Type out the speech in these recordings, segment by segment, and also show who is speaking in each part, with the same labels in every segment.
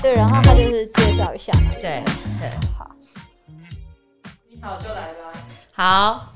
Speaker 1: 对，然后他就是介绍一下嘛。
Speaker 2: 对对，
Speaker 1: 好，
Speaker 3: 你好，就来吧。
Speaker 2: 好，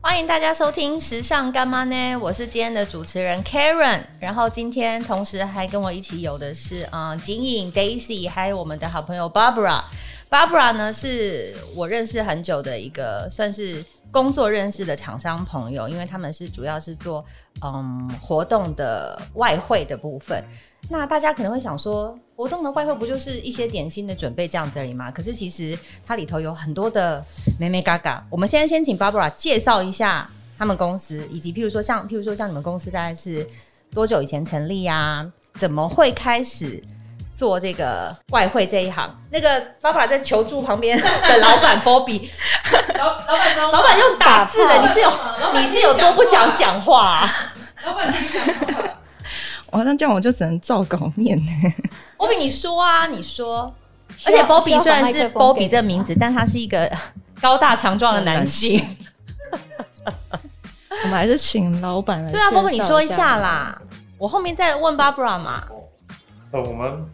Speaker 2: 欢迎大家收听《时尚干嘛呢》，我是今天的主持人 Karen。然后今天同时还跟我一起有的是，嗯，景颖 Daisy，还有我们的好朋友 Barbara。Barbara 呢，是我认识很久的一个，算是工作认识的厂商朋友，因为他们是主要是做嗯活动的外汇的部分。那大家可能会想说，活动的外汇不就是一些点心的准备这样子而已吗？可是其实它里头有很多的美美嘎嘎。我们现在先请 Barbara 介绍一下他们公司，以及譬如说像譬如说像你们公司大概是多久以前成立呀、啊？怎么会开始做这个外汇这一行？那个 Barbara 在求助旁边的老板 Bobby，
Speaker 3: 老老板张，
Speaker 2: 老板用打字的，你是有
Speaker 3: 老板
Speaker 2: 你是有多不想讲话、啊？
Speaker 3: 老板请讲话。
Speaker 4: 哇，那这样我就只能照稿念。
Speaker 2: Bobby，你说啊，你说。而
Speaker 1: 需
Speaker 2: 且
Speaker 1: 要
Speaker 2: Bobby 虽然
Speaker 1: 需
Speaker 2: 是
Speaker 1: 要把麦克风给
Speaker 2: Bobby 这个名字，但他是一个高大强壮的男性。
Speaker 4: 我们还是请老板来。
Speaker 2: 对啊，Bobby 你说一下。啦，我后面再问 Barbara 嘛。
Speaker 5: 呃，我们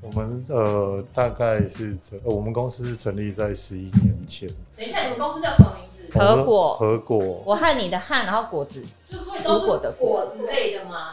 Speaker 5: 我们呃，大概是成呃，我们公司是成立在十一年前，
Speaker 3: 等一下，你们公司叫什么名字？
Speaker 2: 合果
Speaker 5: 合果
Speaker 2: 我和你的和，然后果子
Speaker 3: 就是会都是
Speaker 2: 果的果
Speaker 3: 果子类的吗？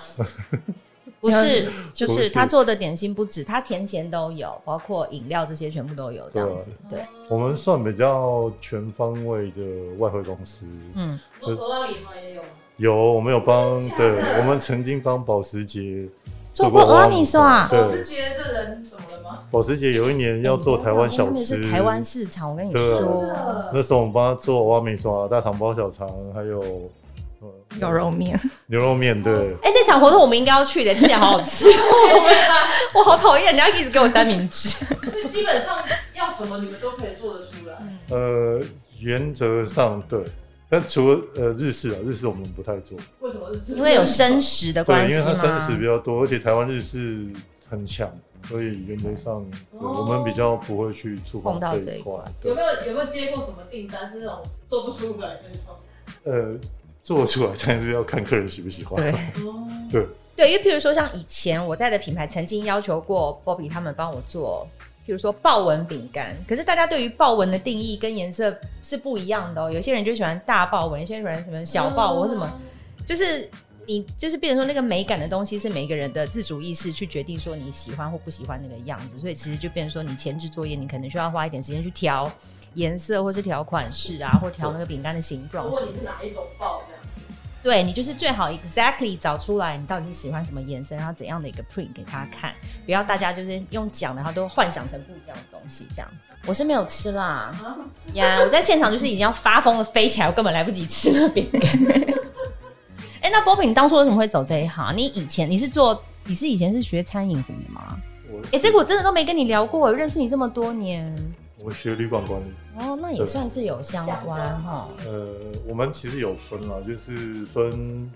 Speaker 2: 不是，就
Speaker 5: 不
Speaker 2: 是
Speaker 5: 是
Speaker 2: 他做的点心不止，他甜咸都有，包括饮料这些全部都有这样子。对，
Speaker 5: 我们算比较全方位的外汇公司。
Speaker 2: 嗯，
Speaker 3: 我我帮你啊说也有吗。
Speaker 5: 有，我们有帮，
Speaker 3: 真的假
Speaker 5: 对
Speaker 3: 的，
Speaker 5: 我们曾经帮保时捷
Speaker 2: 做过
Speaker 5: 欧
Speaker 2: 阿米索啊。
Speaker 3: 我是
Speaker 5: 对，
Speaker 3: 觉得人怎么了吗？
Speaker 5: 保时捷有一年要做台湾小
Speaker 2: 哎他们
Speaker 5: 吃，
Speaker 2: 是台湾市场，我跟你
Speaker 5: 对啊
Speaker 2: 说，
Speaker 5: 那时候我们帮他做瓦米刷、大肠包小肠，还有呃
Speaker 4: 牛肉面，
Speaker 5: 牛肉面，对，
Speaker 2: 哎、那场活动我们应该要去的，听起来好好吃。哦 我好讨厌，人家一直给我三明治。
Speaker 3: 是基本上要什么你们都可以做得出来。
Speaker 2: 嗯
Speaker 5: 呃，原则上对，但除了呃日式啊，日式我们不太做，
Speaker 3: 为什么是？
Speaker 2: 因为有生食的
Speaker 5: 对，
Speaker 2: 关
Speaker 5: 因
Speaker 2: 系
Speaker 5: 为
Speaker 2: 吗
Speaker 5: 它？生食比较多，而且台湾日式很强，所以原则上对
Speaker 3: 哦
Speaker 5: 我们比较不会去触
Speaker 2: 碰
Speaker 5: 碰
Speaker 2: 到这
Speaker 5: 这
Speaker 2: 一
Speaker 5: 一块。
Speaker 3: 有
Speaker 5: 对
Speaker 3: 没，有有没有接过什么订单是那种做不出来那种？
Speaker 5: 呃，做出来但是要看客人喜不喜欢。
Speaker 4: 对，
Speaker 3: 哦，
Speaker 2: 对，因为譬如说像以前我在的品牌曾经要求过 Bobby 他们帮我做，譬如说豹纹饼干，可是大家对于豹纹的定义跟颜色是不一样的哦。有些人就喜欢大豹纹，有些人喜欢什么小豹
Speaker 3: 哦
Speaker 2: 纹，或什么，就是你就是变成说那个美感的东西是每一个人的自主意识去决定说你喜欢或不喜欢那个样子，所以其实就变成说你前置作业你可能需要花一点时间去调颜色，或是调款式啊，或调那个饼干的形状
Speaker 3: 哦如
Speaker 2: 什么
Speaker 3: 果
Speaker 2: 的。
Speaker 3: 你是哪一种爆这样？
Speaker 2: 对你就是最好 exactly 找出来你到底是喜欢什么颜色，然后怎样的一个 print 给他看，不要大家就是用讲的，然后都幻想成不一样的东西这样子。我是没有吃啦
Speaker 3: 啊
Speaker 2: 呀，我在现场就是已经要发疯了，飞起来，我根本来不及吃那 饼干。哎、那 Bobby，你当初为什么会走这一行？你以前你是做，你是以前是学餐饮什么的吗？
Speaker 5: 我
Speaker 2: 哎、这个我真的都没跟你聊过，我认识你这么多年，
Speaker 5: 我学旅馆管理，
Speaker 2: 哦，那也算是有相关哈。
Speaker 5: 呃，我们其实有分啦，就是分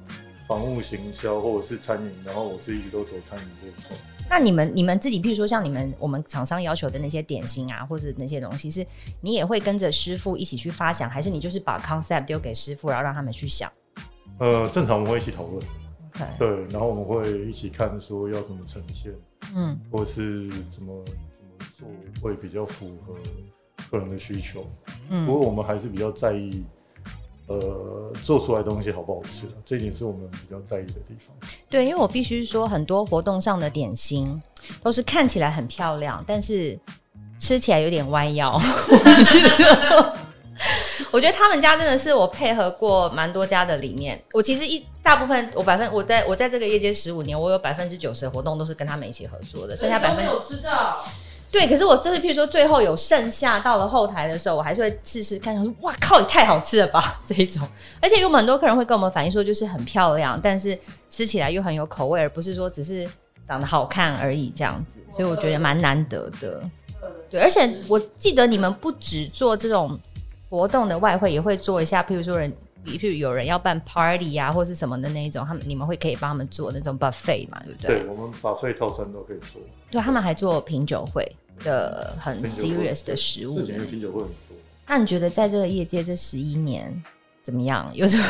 Speaker 5: 房务行销或者是餐饮，然后我是一直都走餐饮这一块。
Speaker 2: 那你们你们自己，譬如说像你们我们厂商要求的那些点心啊，或者那些东西，是你也会跟着师傅一起去发想，还是你就是把 concept 丢给师傅，然后让他们去想
Speaker 5: 呃，正常我们会一起讨论，
Speaker 2: ？OK，
Speaker 5: 对，然后我们会一起看说要怎么呈现，
Speaker 2: 嗯，
Speaker 5: 或是怎么怎么做会比较符合客人的需求。
Speaker 2: 嗯
Speaker 5: 不过我们还是比较在意，呃，做出来的东西好不好吃啊，这一点是我们比较在意的地方。
Speaker 2: 对，因为我必须说，很多活动上的点心都是看起来很漂亮，但是吃起来有点弯腰。 我觉得我觉得他们家真的是我配合过蛮多家的里面，我其实一大部分我百分我在我在这个业界十五年，我有百分之九十的活动都是跟他们一起合作的，剩下
Speaker 3: 所
Speaker 2: 百
Speaker 3: 以都
Speaker 2: 分
Speaker 3: 没有吃到，
Speaker 2: 对，可是我就是，譬如说最后有剩下到了后台的时候，我还是会试试看，想说哇靠，也太好吃了吧这一种。而且有很多客人会跟我们反映说，就是很漂亮，但是吃起来又很有口味，而不是说只是长得好看而已这样子。所以我觉得蛮难得的。
Speaker 3: 呃
Speaker 2: 对，而且我记得你们不只做这种活动的外汇，也会做一下，譬如说人。譬如有人要办 party 啊，或是什么的那一种，他们你们会可以帮他们做那种 buffet 嘛，对不对？
Speaker 5: 对，我们把费套餐都可以做，
Speaker 2: 对他们还做品酒会的很
Speaker 5: 品酒会
Speaker 2: serious 的食物
Speaker 5: 自己
Speaker 2: 的
Speaker 5: 的
Speaker 2: 那
Speaker 5: 啤酒会很多。
Speaker 2: 那你觉得在这个业界这十一年怎么样？有什么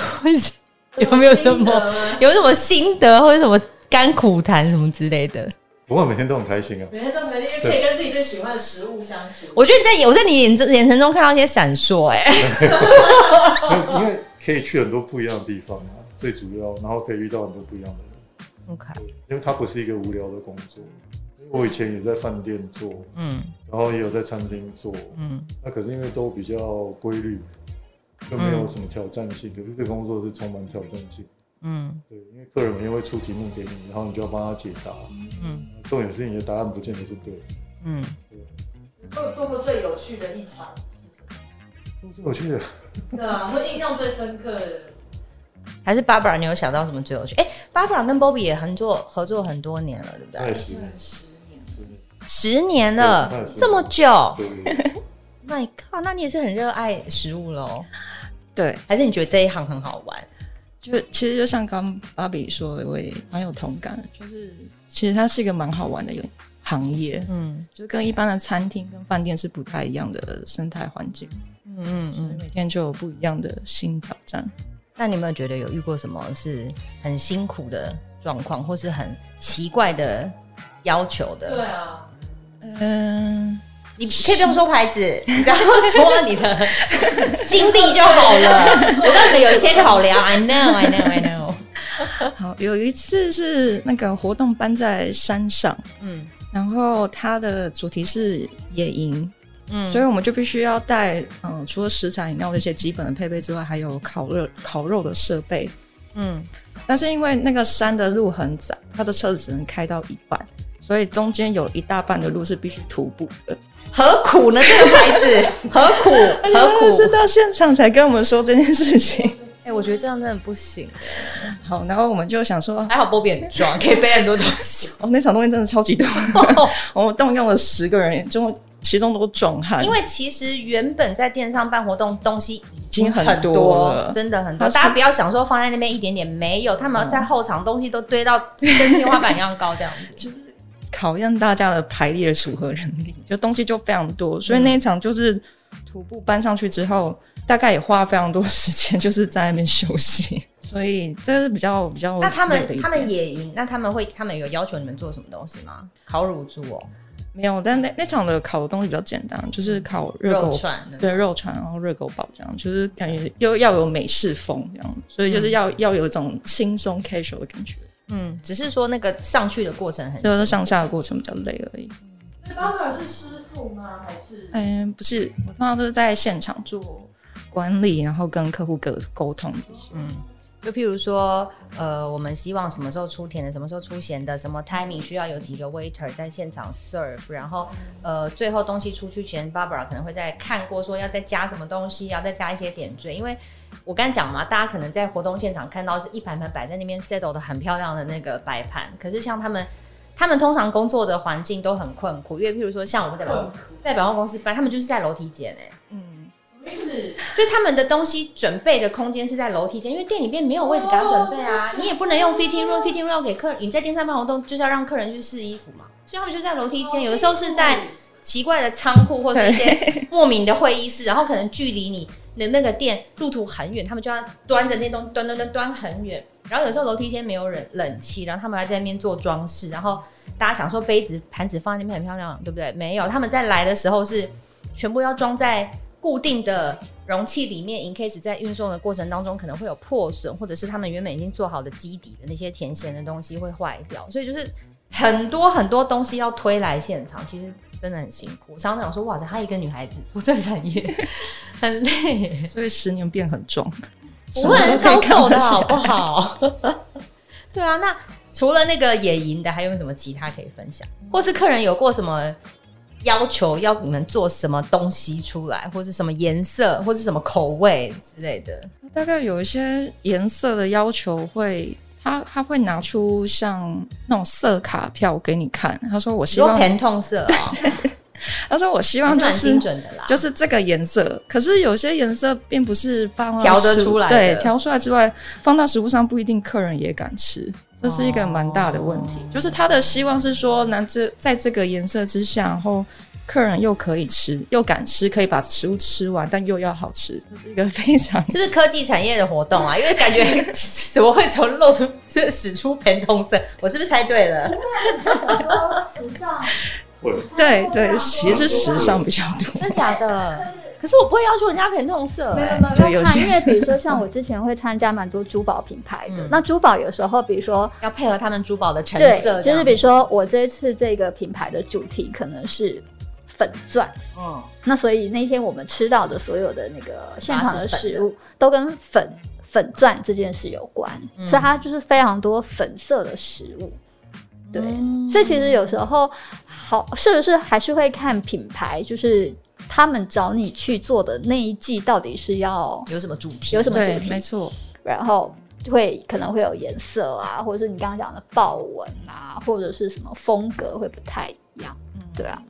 Speaker 2: 有
Speaker 3: 有
Speaker 2: 没有什么
Speaker 3: 么？
Speaker 2: 有什么心得或者什么甘苦谈什么之类的？
Speaker 5: 不过每天都很开心啊。
Speaker 3: 每天都每天可以跟自己最喜欢的食物相处。
Speaker 2: 我觉得你在眼，我在你眼中眼神中看到一些闪烁、哎，
Speaker 5: 因为因为可以去很多不一样的地方啊，最主要，然后可以遇到很多不一样的人，
Speaker 2: ，OK，
Speaker 5: 因为它不是一个无聊的工作。因为我以前也在饭店做，
Speaker 2: 嗯
Speaker 5: 然后也有在餐厅做，
Speaker 2: 嗯
Speaker 5: 那可是因为都比较规律，就没有什么挑战性。可是这个工作是充满挑战性，
Speaker 2: 嗯
Speaker 5: 对，因为客人每天会出题目给你，然后你就要帮他解答。
Speaker 2: 嗯
Speaker 5: 重点是你的答案不见得是对的。
Speaker 2: 嗯，
Speaker 3: 做做过最有趣的一场是什么，
Speaker 5: 这我觉得
Speaker 3: 对啊，会印象最深刻的。
Speaker 2: 还是 Barbara，你有想到什么最有趣？哎、b a r b a r a 跟 Bobby 也合作合作很多年了，对不对？
Speaker 5: 太哎十年
Speaker 3: 认十年，
Speaker 5: 十年，
Speaker 2: 十年了
Speaker 5: 对快十，年
Speaker 2: 这么久
Speaker 5: 对对对，
Speaker 2: ，My God，那你也是很热爱食物喽？
Speaker 4: 对，
Speaker 2: 还是你觉得这一行很好玩？
Speaker 4: 就其实就像刚芭比说的，我也蛮有同感的，就是其实它是一个蛮好玩的一个行业，
Speaker 2: 嗯
Speaker 4: 就是跟一般的餐厅跟饭店是不太一样的生态环境，
Speaker 2: 嗯嗯
Speaker 4: 所以
Speaker 2: 嗯。
Speaker 4: 每天就有不一样的新挑战。
Speaker 2: 那你有没有觉得有遇过什么是很辛苦的状况，或是很奇怪的要求
Speaker 3: 对
Speaker 2: 的？
Speaker 3: 啊，
Speaker 4: 嗯、
Speaker 2: 你可以不用说牌子，你只要说你的经历就好 了。我知道你们有一些考量，I know, I know, I know。
Speaker 4: 好，有一次是那个活动搬在山上，
Speaker 2: 嗯
Speaker 4: 然后它的主题是野营，
Speaker 2: 嗯，
Speaker 4: 所
Speaker 2: 以
Speaker 4: 以我们就必须要带，嗯、除了食材、饮料这些基本的配备之外，还有烤热、烤肉的设备。
Speaker 2: 嗯
Speaker 4: 但是因为那个山的路很窄，他的车子只能开到一半，所以中间有一大半的路是必须徒步的。哎
Speaker 2: 何苦呢？这个牌 子何苦何
Speaker 4: 真的是
Speaker 2: 苦？
Speaker 4: 到现场才跟我们说这件事情。
Speaker 2: 哎、我觉得这样真的不行。
Speaker 4: 好，然后我们就想说，
Speaker 2: 还好 Bobby 很壮，可以背很多东西。
Speaker 4: 哦，那场东西真的超 级多，哦我们动用了十个人，中其中都是壮汉，
Speaker 2: 因为其实原本在电商办活动东西已经很
Speaker 4: 已经很多了嗯
Speaker 2: 真的很多。
Speaker 4: 它是
Speaker 2: 大家不要想说放在那边一点点，没有，他们在后场东西都堆到跟天花板一样高这样子。
Speaker 4: 考验大家的排列组合能力，就东西就非常多，所以那一场就是徒步搬上去之后，大概也花非常多时间，就是在那边休息，所以这是比较比较
Speaker 2: 那他
Speaker 4: 累的一
Speaker 2: 们
Speaker 4: 点
Speaker 2: 他们野营，那他们会他们有要求你们做什么东西吗？烤乳猪哦，
Speaker 4: 没有，但那那场的烤的东西比较简单，就是烤热
Speaker 2: 肉
Speaker 4: 狗。
Speaker 2: 串那种
Speaker 4: 对肉串，然后热狗堡这样，就是感觉又要有美式风这样，所以就是要、要有一种轻松 casual 的感觉，
Speaker 2: 嗯，只是说那个上去的过程很
Speaker 4: 就是
Speaker 2: 辛苦
Speaker 4: 上下的过程比较累而已。
Speaker 3: 那巴格尔是师傅吗？还是
Speaker 2: 哎
Speaker 4: 嗯，不是，我通常都是在现场做管理，然后跟客户沟沟通这些。
Speaker 2: 嗯，就譬如说，呃，我们希望什么时候出甜的，什么时候出咸的，什么 timing 需要有几个 waiter 在现场 serve，然后呃，最后东西出去前，Barbara 可能会再看过说要再加什么东西，要再加一些点缀，因为我刚才讲嘛，大家可能在活动现场看到是一盘盘摆在那边 settle 的很漂亮的那个摆盘，可是像他们。他们通常工作的环境都很困苦，因为譬如说像我们在百货
Speaker 3: 困苦
Speaker 2: 在百货公司搬，他们就是在楼梯间哎、
Speaker 4: 嗯，
Speaker 3: 什么意思？
Speaker 2: 就是他们的东西准备的空间是在楼梯间，因为店里面没有位置给他准备啊
Speaker 3: 哦，
Speaker 2: 你也不能用 fitting room，fitting room 要给客人，你在电商办活动就是要让客人去试衣服嘛，所以他们就在楼梯
Speaker 3: 哦
Speaker 2: 间，有的时候是在奇怪的仓库或者一些莫名的会议室，然后可能距离你的那个店路途很远，他们就要端着那些东西端端端端很远，然后有时候楼梯间没有冷冷气，然后他们还在那边做装饰，然后大家想说杯子盘子放在那边很漂亮，对不对？没有，他们在来的时候是全部要装在固定的容器里面，in case 在运送的过程当中可能会有破损，或者是他们原本已经做好的基底的那些甜咸的东西会坏掉，所以就是很多很多东西要推来现场，其实真的很辛苦。我常常想说，哇塞，她一个女孩子做这产 业很累，
Speaker 4: 所以十年变很壮，
Speaker 2: 我会很
Speaker 4: 什么
Speaker 2: 超瘦
Speaker 4: 都可以看得
Speaker 2: 的啊
Speaker 4: 起来
Speaker 2: 好不好？ 对啊，那除了那个野营的，还有什么其他可以分享？或是客人有过什么要求，要你们做什么东西出来，或是什么颜色，或是什么口味之类的？
Speaker 4: 大概有一些颜色的要求会，他他会拿出像那种色卡票给你看，他说我
Speaker 2: 你
Speaker 4: 希
Speaker 2: 说
Speaker 4: 望，
Speaker 2: 偏痛色哦，
Speaker 4: 他说我希望
Speaker 2: 还是
Speaker 4: 就
Speaker 2: 蛮
Speaker 4: 是
Speaker 2: 精。准的啦。
Speaker 4: 就是是这个颜色，可是有些颜色并不是放到
Speaker 2: 调得
Speaker 4: 食物
Speaker 2: 出来的
Speaker 4: 对，调出来之外，放到食物上不一定客人也敢吃，这是一个蛮大的问题。
Speaker 2: 哦
Speaker 4: 就是他的希望是说，能这在这个颜色之下，然后客人又可以吃，又敢吃，可以把食物吃完，但又要好吃，这是一个 非常
Speaker 2: 是不是科技产业的活动啊？因为感觉 怎么会从露出是使出盆痛色？我是不是猜对了？
Speaker 1: 哦时 尚，
Speaker 5: 会
Speaker 4: 对对，其实是时尚比较多。
Speaker 2: 真的假的？可是我不会要求人家盆痛色、
Speaker 1: 没有
Speaker 2: 欸，
Speaker 1: 没
Speaker 4: 就
Speaker 1: 有
Speaker 4: 有
Speaker 1: 要
Speaker 4: 些
Speaker 1: 看，因为比如说像我之前会参加蛮多珠宝品牌的，
Speaker 2: 嗯
Speaker 1: 那珠宝有时候比如说。
Speaker 2: 要配合他们珠宝的成
Speaker 1: 对
Speaker 2: 色，，
Speaker 1: 就是比
Speaker 2: 比
Speaker 1: 如说我这次这个品牌的主题可能是粉钻，
Speaker 2: 嗯，
Speaker 1: 那所以那天我们吃到的所有的那个现场的
Speaker 2: 它是粉的
Speaker 1: 食物都跟粉粉钻这件事有关，
Speaker 2: 嗯
Speaker 1: 所以它就是非常多粉色的食物。对，
Speaker 2: 嗯
Speaker 1: 所以其实有时候好是不是还是会看品牌，就是他们找你去做的那一季到底是要，
Speaker 2: 有什么主题？
Speaker 1: 有什么
Speaker 4: 对
Speaker 1: 主，题
Speaker 4: 没错，
Speaker 1: 然后会可能会有颜色啊，或者是你刚刚讲的豹纹啊，或者是什么风格会不太一样，对啊，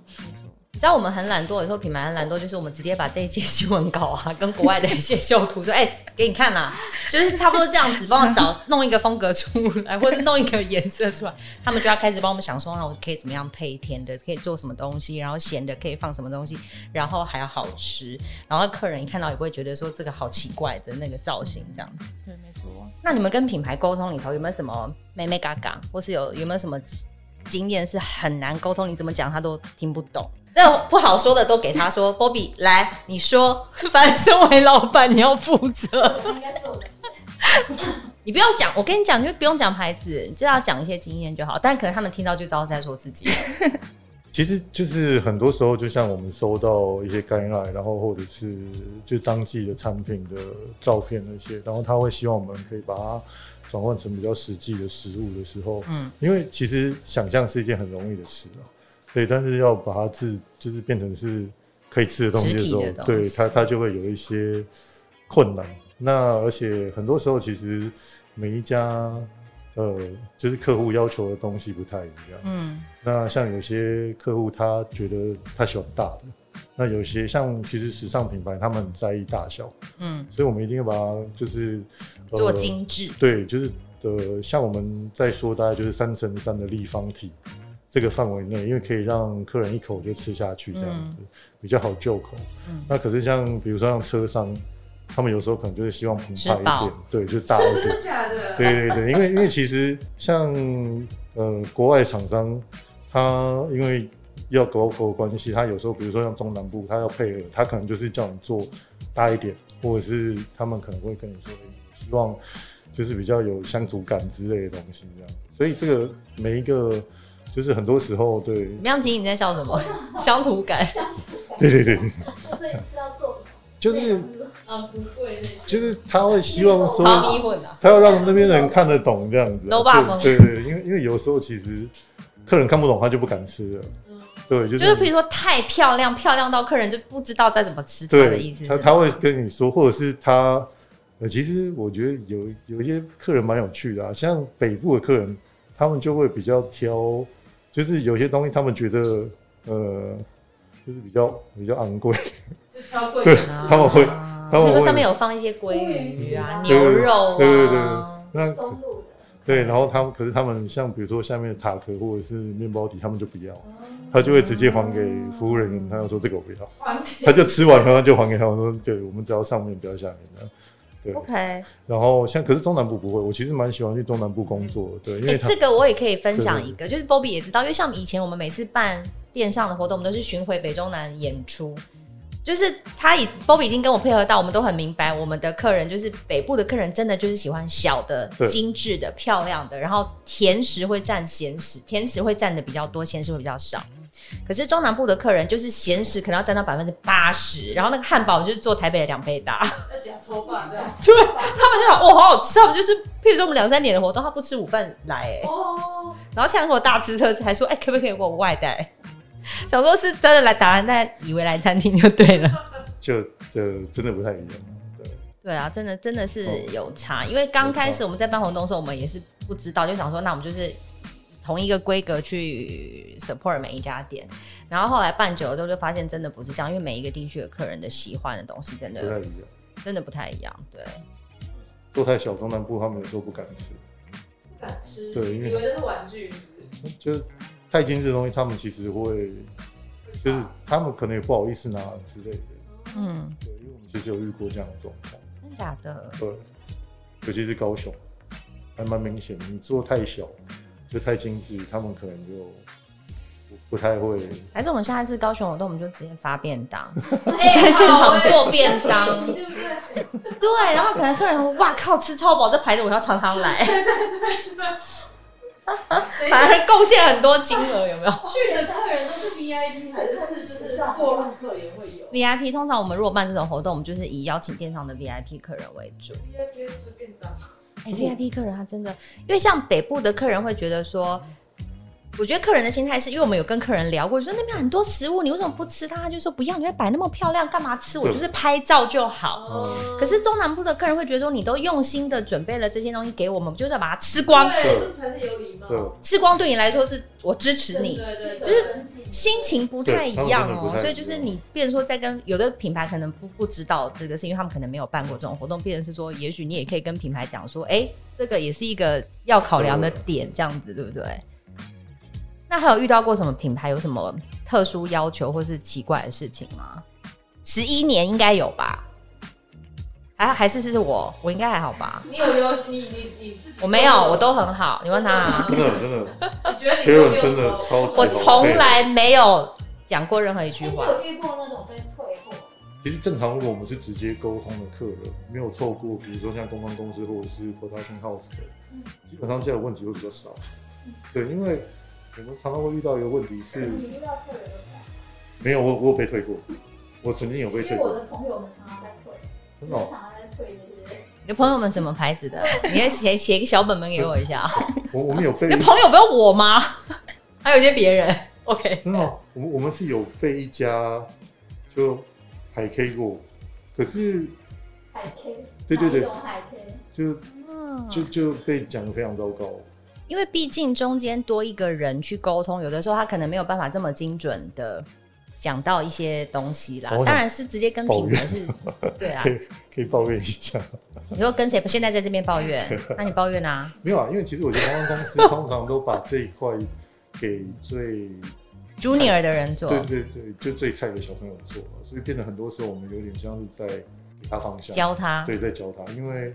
Speaker 2: 你知道我们很懒惰，有时候品牌很懒惰，就是我们直接把这一届新闻稿啊，跟国外的一些秀图说，哎、 给你看啦、就是差不多这样子，帮我找弄一个风格出来，或者弄一个颜色出来，他们就要开始帮我们想说，那我可以怎么样配甜的，可以做什么东西，然后咸的可以放什么东西，然后还要好吃，然后客人一看到也不会觉得说这个好奇怪的那个造型这样子。
Speaker 4: 对，没错。
Speaker 2: 那你们跟品牌沟通里头有没有什么妹妹嘎嘎，或是有有没有什么经验是很难沟通？你怎么讲他都听不懂。这不好说的都给他说，Bobby 来，你说， 反正身为老板你要负责，
Speaker 1: 应该做
Speaker 2: 你不要讲，我跟你讲，就不用讲牌子，你就要讲一些经验就好。但可能他们听到就知道是在说自己，
Speaker 5: 其实就是很多时候，就像我们收到一些干来，然后或者是就当季的产品的照片那些，然后他会希望我们可以把它转换成比较实际的食物的时候，
Speaker 2: 嗯
Speaker 5: 嗯，因为其实想象是一件很容易的事啊，对，但是要把它制就是变成是可以吃的东西的时候，
Speaker 2: 实体的东西
Speaker 5: 对它它就会有一些困难。那而且很多时候，其实每一家呃，就是客户要求的东西不太一样，
Speaker 2: 嗯，
Speaker 5: 那像有些客户他觉得他喜欢大的，那有些像其实时尚品牌他们很在意大小，
Speaker 2: 嗯，
Speaker 5: 所以我们一定要把它就是、呃
Speaker 2: 做精致，
Speaker 5: 对，就是呃，像我们在说大概就是三乘三的立方体这个范围内，因为可以让客人一口就吃下去这样子，比较好就口。
Speaker 2: 嗯
Speaker 5: 那可是像比如说像车商，他们有时候可能就是希望澎
Speaker 2: 吃
Speaker 5: 湃一
Speaker 2: 饱
Speaker 5: 点，对，就大一
Speaker 3: 哦
Speaker 5: 点
Speaker 3: 真。的假 的？
Speaker 5: 对对对，因为因为其实像呃国外厂商，他因为要狗口关系，他有时候比如说像中南部，他要配合，他可能就是叫你做大一点，或者是他们可能会跟你说，诶希望就是比较有乡土感之类的东西这样。所以这个每一个就是很多时候对
Speaker 2: 怎么样？景你在笑什 么？乡土感，
Speaker 5: 对对对，
Speaker 1: 所以是要做
Speaker 5: 就是
Speaker 3: 啊，不会那些。
Speaker 5: 就是他会希望
Speaker 2: 超
Speaker 5: 说，
Speaker 2: 迷混啊！
Speaker 5: 他要让那边的人看得懂这样子啊、
Speaker 2: No buffer
Speaker 5: 对对对，因为因为有时候其实客人看不懂，他就不敢吃了。
Speaker 3: 嗯
Speaker 5: 对，就
Speaker 2: 就是
Speaker 5: 是
Speaker 2: 比如说太漂亮，漂亮到客人就不知道再怎么吃它的意
Speaker 5: 对
Speaker 2: 思，
Speaker 5: 他
Speaker 2: 是
Speaker 5: 他
Speaker 2: 吗。
Speaker 5: 会跟你说，或者是他，呃，其实我觉得有有一些客人蛮有趣的啊，像北部的客人，他们就会比较挑，就是有些东西他们觉得，呃，就是比较比较昂贵，
Speaker 3: 就挑贵的吃。
Speaker 5: 他们会
Speaker 2: 啊
Speaker 5: 他们
Speaker 2: 比如说
Speaker 5: 会嗯
Speaker 2: 上面有放一些鲑鱼啊、
Speaker 1: 对
Speaker 2: 牛肉啊，
Speaker 5: 对对对那
Speaker 1: 松露的。
Speaker 5: 对，然后他们可是他们像比如说下面的塔壳或者是面包底，他们就不要，他就会直接还给服务人员，他就说这个我不要，
Speaker 3: 还给
Speaker 5: 他就吃完然后就还给他，我说对，我们只要上面不要下面这样。对，
Speaker 2: OK，哎、
Speaker 5: 然后像可是中南部不会，我其实蛮喜欢去中南部工作的，对，因为他
Speaker 2: 这个我也可以分享一个，就是 Bobby 也知道，因为像以前我们每次办电商的活动，我们都是巡回北中南演出。就是他已 Bobby 已经跟我配合到，我们都很明白，我们的客人就是北部的客人，真的就是喜欢小的、
Speaker 5: 对
Speaker 2: 精致的、漂亮的，然后甜食会占咸食，甜食会占的比较多，咸食会比较少。可是中南部的客人就是咸食可能要占到百分之八十，然后那个汉堡就是做台北的两倍大。
Speaker 3: 要假抽吧这样。
Speaker 2: 他们就想，哦，好好吃啊！我们就是，譬如说我们两三点的活动，他不吃午饭来、哎，
Speaker 3: 哦，
Speaker 2: 然后现在给我大吃特吃，还说，哎、可不可以给我外带？ 想说是真的来打完，但以为来餐厅就对了。
Speaker 5: 就呃真的不太一样。对，
Speaker 2: 对啊，真的真的是有差，因为刚开始我们在办活动的时候，我们也是不知道，就想说，那我们就是同一个规格去 support 每一家店。然后后来办久了之后，就发现真的不是这样，因为每一个地区的客人的喜欢的东西，真
Speaker 5: 不太
Speaker 2: 的
Speaker 5: 一样。
Speaker 2: 真的不太一样。对，
Speaker 5: 做太小，中南部他们有时候不敢吃，
Speaker 3: 不敢吃。
Speaker 5: 对因为嗯
Speaker 3: 以为那是玩具。
Speaker 5: 就是太精致的东西，他们其实会就是他们可能也不好意思拿之类的。
Speaker 2: 嗯，
Speaker 5: 对，因为我们其实有遇过这样的状况，
Speaker 2: 真假的？
Speaker 5: 对，呃尤其是高雄，还蛮明显。你做太小，就太精致，他们可能就不不太会。
Speaker 2: 还是我们下一次高雄活动，我们就直接发便当，
Speaker 5: 哎
Speaker 3: 在
Speaker 2: 现场哎做便当。
Speaker 3: 对不对？
Speaker 2: 对，然后可能客人说哇靠，吃超饱，这牌子我要常常来，
Speaker 3: 嗯
Speaker 2: 反而贡献很多金额，有没 有
Speaker 3: 去的客人都是 VIP 还是是就是过路客也会有
Speaker 2: ？VIP 通常我们如果办这种活动，我们就是以邀请电商的 VIP 客人为主。
Speaker 3: ？VIP 吃便当，
Speaker 2: 哎、v i p 客人他真的，因为像北部的客人会觉得说，我觉得客人的心态是因为我们有跟客人聊过，说那边很多食物，你为什么不吃它？他就说不要，你会摆那么漂亮，干嘛吃？我就是拍照就好。
Speaker 5: 哦
Speaker 2: 可是中南部的客人会觉得说，你都用心的准备了这些东西给我们，我们就是要把它吃光，
Speaker 3: 对，这才是有礼貌。
Speaker 5: 对，
Speaker 2: 吃光对你来说是我支持你。
Speaker 3: 对对对，
Speaker 2: 就是心情不太一样
Speaker 5: 对他们真
Speaker 2: 哦、
Speaker 5: 的不太一样
Speaker 2: 所以就是你，变成说在跟有的品牌可能不不知道这个，是因为他们可能没有办过这种活动，变成是说，也许你也可以跟品牌讲说，哎、这个也是一个要考量的点，这样子对不对？那还有遇到过什么品牌有什么特殊要求或是奇怪的事情吗？十一年应该有吧？还还是是我，我应该还好吧？
Speaker 3: 你有有你你你自己，
Speaker 2: 我没有，我都很好。你问他、啊。
Speaker 5: 真的真 的，
Speaker 3: 你觉得你
Speaker 5: 铁
Speaker 3: 有
Speaker 5: 粉
Speaker 3: 没有
Speaker 5: 真的
Speaker 3: 说
Speaker 5: 超级
Speaker 2: 我
Speaker 5: 好
Speaker 2: 从
Speaker 5: 配
Speaker 2: 来没有讲过任何一句
Speaker 1: 哎
Speaker 2: 话。
Speaker 1: 你有遇过那种被退货？
Speaker 5: 其实正常，如果我们是直接沟通的客人，没有透过比如说像公关公司或者是 production house 的，
Speaker 2: 嗯
Speaker 5: 基本上这样的问题会比较少。对，因为我们常常会遇到一个问题是，
Speaker 2: 嗯
Speaker 1: 你遇到退人吗？
Speaker 5: 没有我我有被退过，我曾经有被
Speaker 1: 因
Speaker 5: 退
Speaker 1: 为我
Speaker 5: 过，
Speaker 1: 的朋友们常常在退，
Speaker 5: 真的
Speaker 1: 常
Speaker 5: 哦、
Speaker 1: 常在退这些。
Speaker 2: 你的朋友们什么牌子的？你先写写个小本本给我一下。
Speaker 5: 我我们有被
Speaker 2: 你的朋友不要我 吗？还有一些别人。OK，
Speaker 5: 真的哦、我们我们是有被一家就海 K 过，可是
Speaker 1: 海 K，
Speaker 5: 对对对
Speaker 1: 哪一种海 K，
Speaker 5: 就
Speaker 2: 嗯
Speaker 5: 就就被讲的非常糟糕。
Speaker 2: 因为毕竟中间多一个人去沟通，有的时候他可能没有办法这么精准的讲到一些东西啦
Speaker 5: 我。想
Speaker 2: 当然是直接跟品牌 是，哦对啊
Speaker 5: 可。以可以抱怨一下，
Speaker 2: 你说跟谁？现在在这边抱 怨，那你抱怨啊？
Speaker 5: 没有啊，因为其实我觉得公关公司通常都把这一块给最
Speaker 2: Junior 的人做
Speaker 5: 对对对，就最菜的小朋友做了，所以变得很多时候我们有点像是在给他方向，
Speaker 2: 教他，
Speaker 5: 对，在教他，因为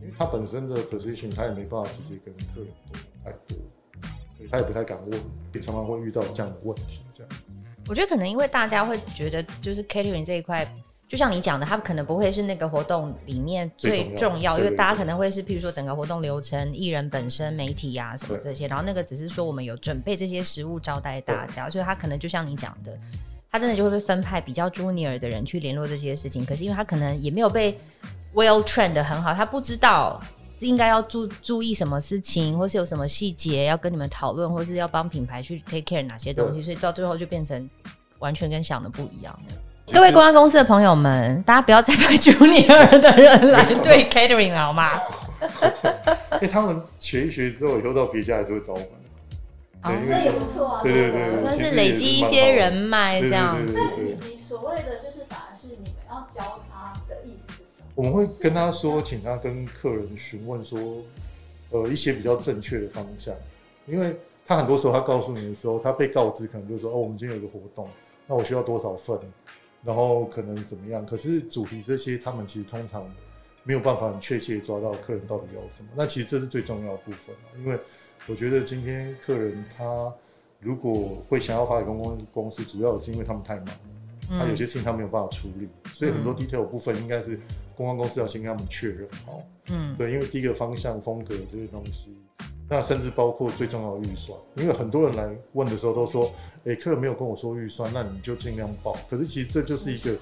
Speaker 5: 因为他本身的 position 他也没办法直接跟客人沟通太多，所以他也不太敢问，也常常会遇到这样的问题，这样
Speaker 2: 我觉得可能因为大家会觉得，就是 catering 这一块，就像你讲的，它可能不会是那个活动里面最
Speaker 5: 最
Speaker 2: 重
Speaker 5: 重
Speaker 2: 要，
Speaker 5: 要
Speaker 2: 因为
Speaker 5: 对
Speaker 2: 大家可能会是，譬如说整个活动流程、艺人本身、媒体啊什么
Speaker 5: 对
Speaker 2: 这些，然后那个只是说我们有准备这些食物招待大家，所以他可能就像你讲的。他真的就会被分派比较 junior 的人去联络这些事情，可是因为他可能也没有被 well trained 的很好，他不知道应该要注注意什么事情，或是有什么细节要跟你们讨论，或是要帮品牌去 take care 哪些东西，所以到最后就变成完全跟想的不一样。各位公关公司的朋友们，大家不要再派 junior 的人 来对 catering 了好吗？
Speaker 5: 因为他们学一学之后，以后到别家还是会找我们，
Speaker 2: 哦
Speaker 5: 对，因
Speaker 1: 那也
Speaker 5: 为
Speaker 1: 不错啊。
Speaker 5: 对对
Speaker 1: 这个
Speaker 5: 对
Speaker 2: 算
Speaker 5: 对
Speaker 2: 是累积一些人脉
Speaker 5: 对
Speaker 2: 这
Speaker 5: 对
Speaker 2: 样。
Speaker 5: 对
Speaker 1: 那
Speaker 5: 对
Speaker 1: 你
Speaker 5: 对。
Speaker 1: 你所谓的就是反而是你们要教他的意思是什么？
Speaker 5: 我们会跟他说，请他跟客人询问说，呃，一些比较正确的方向，因为他很多时候他告诉你的时候，他被告知可能就是说，哦，我们今天有一个活动，那我需要多少份，然后可能怎么样，可是主题这些他们其实通常没有办法很确切地抓到客人到底要什么，那其实这是最重要的部分啊，因为我觉得今天客人他如果会想要发给公关公司，主要是因为他们太忙了。他有
Speaker 2: 嗯，
Speaker 5: 些事情他没有办法处理，所以很多 detail 部分应该是公关公司要先跟他们确认好。
Speaker 2: 嗯，
Speaker 5: 对，因为第一个方向、风格这些东西，那甚至包括最重要的预算，因为很多人来问的时候都说，诶、客人没有跟我说预算，那你就尽量报。可是其实这就是一个，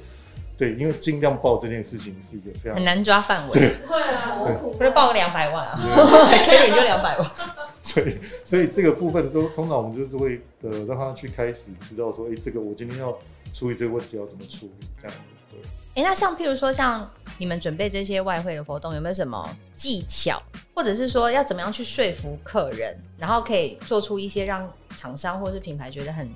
Speaker 5: 对，因为尽量报这件事情是一个非常
Speaker 2: 很难抓范围，
Speaker 3: 对啊，
Speaker 2: 不是报个两百万啊 ，catering 就两百万。
Speaker 5: 所以，所以这个部分都通常我们就是会呃让他去开始知道说，诶、这个我今天要处理这个问题要怎么处理，这样子对。
Speaker 2: 哎、那像譬如说，像你们准备这些外汇的活动，有没有什么技巧，或者是说要怎么样去说服客人，然后可以做出一些让厂商或是品牌觉得很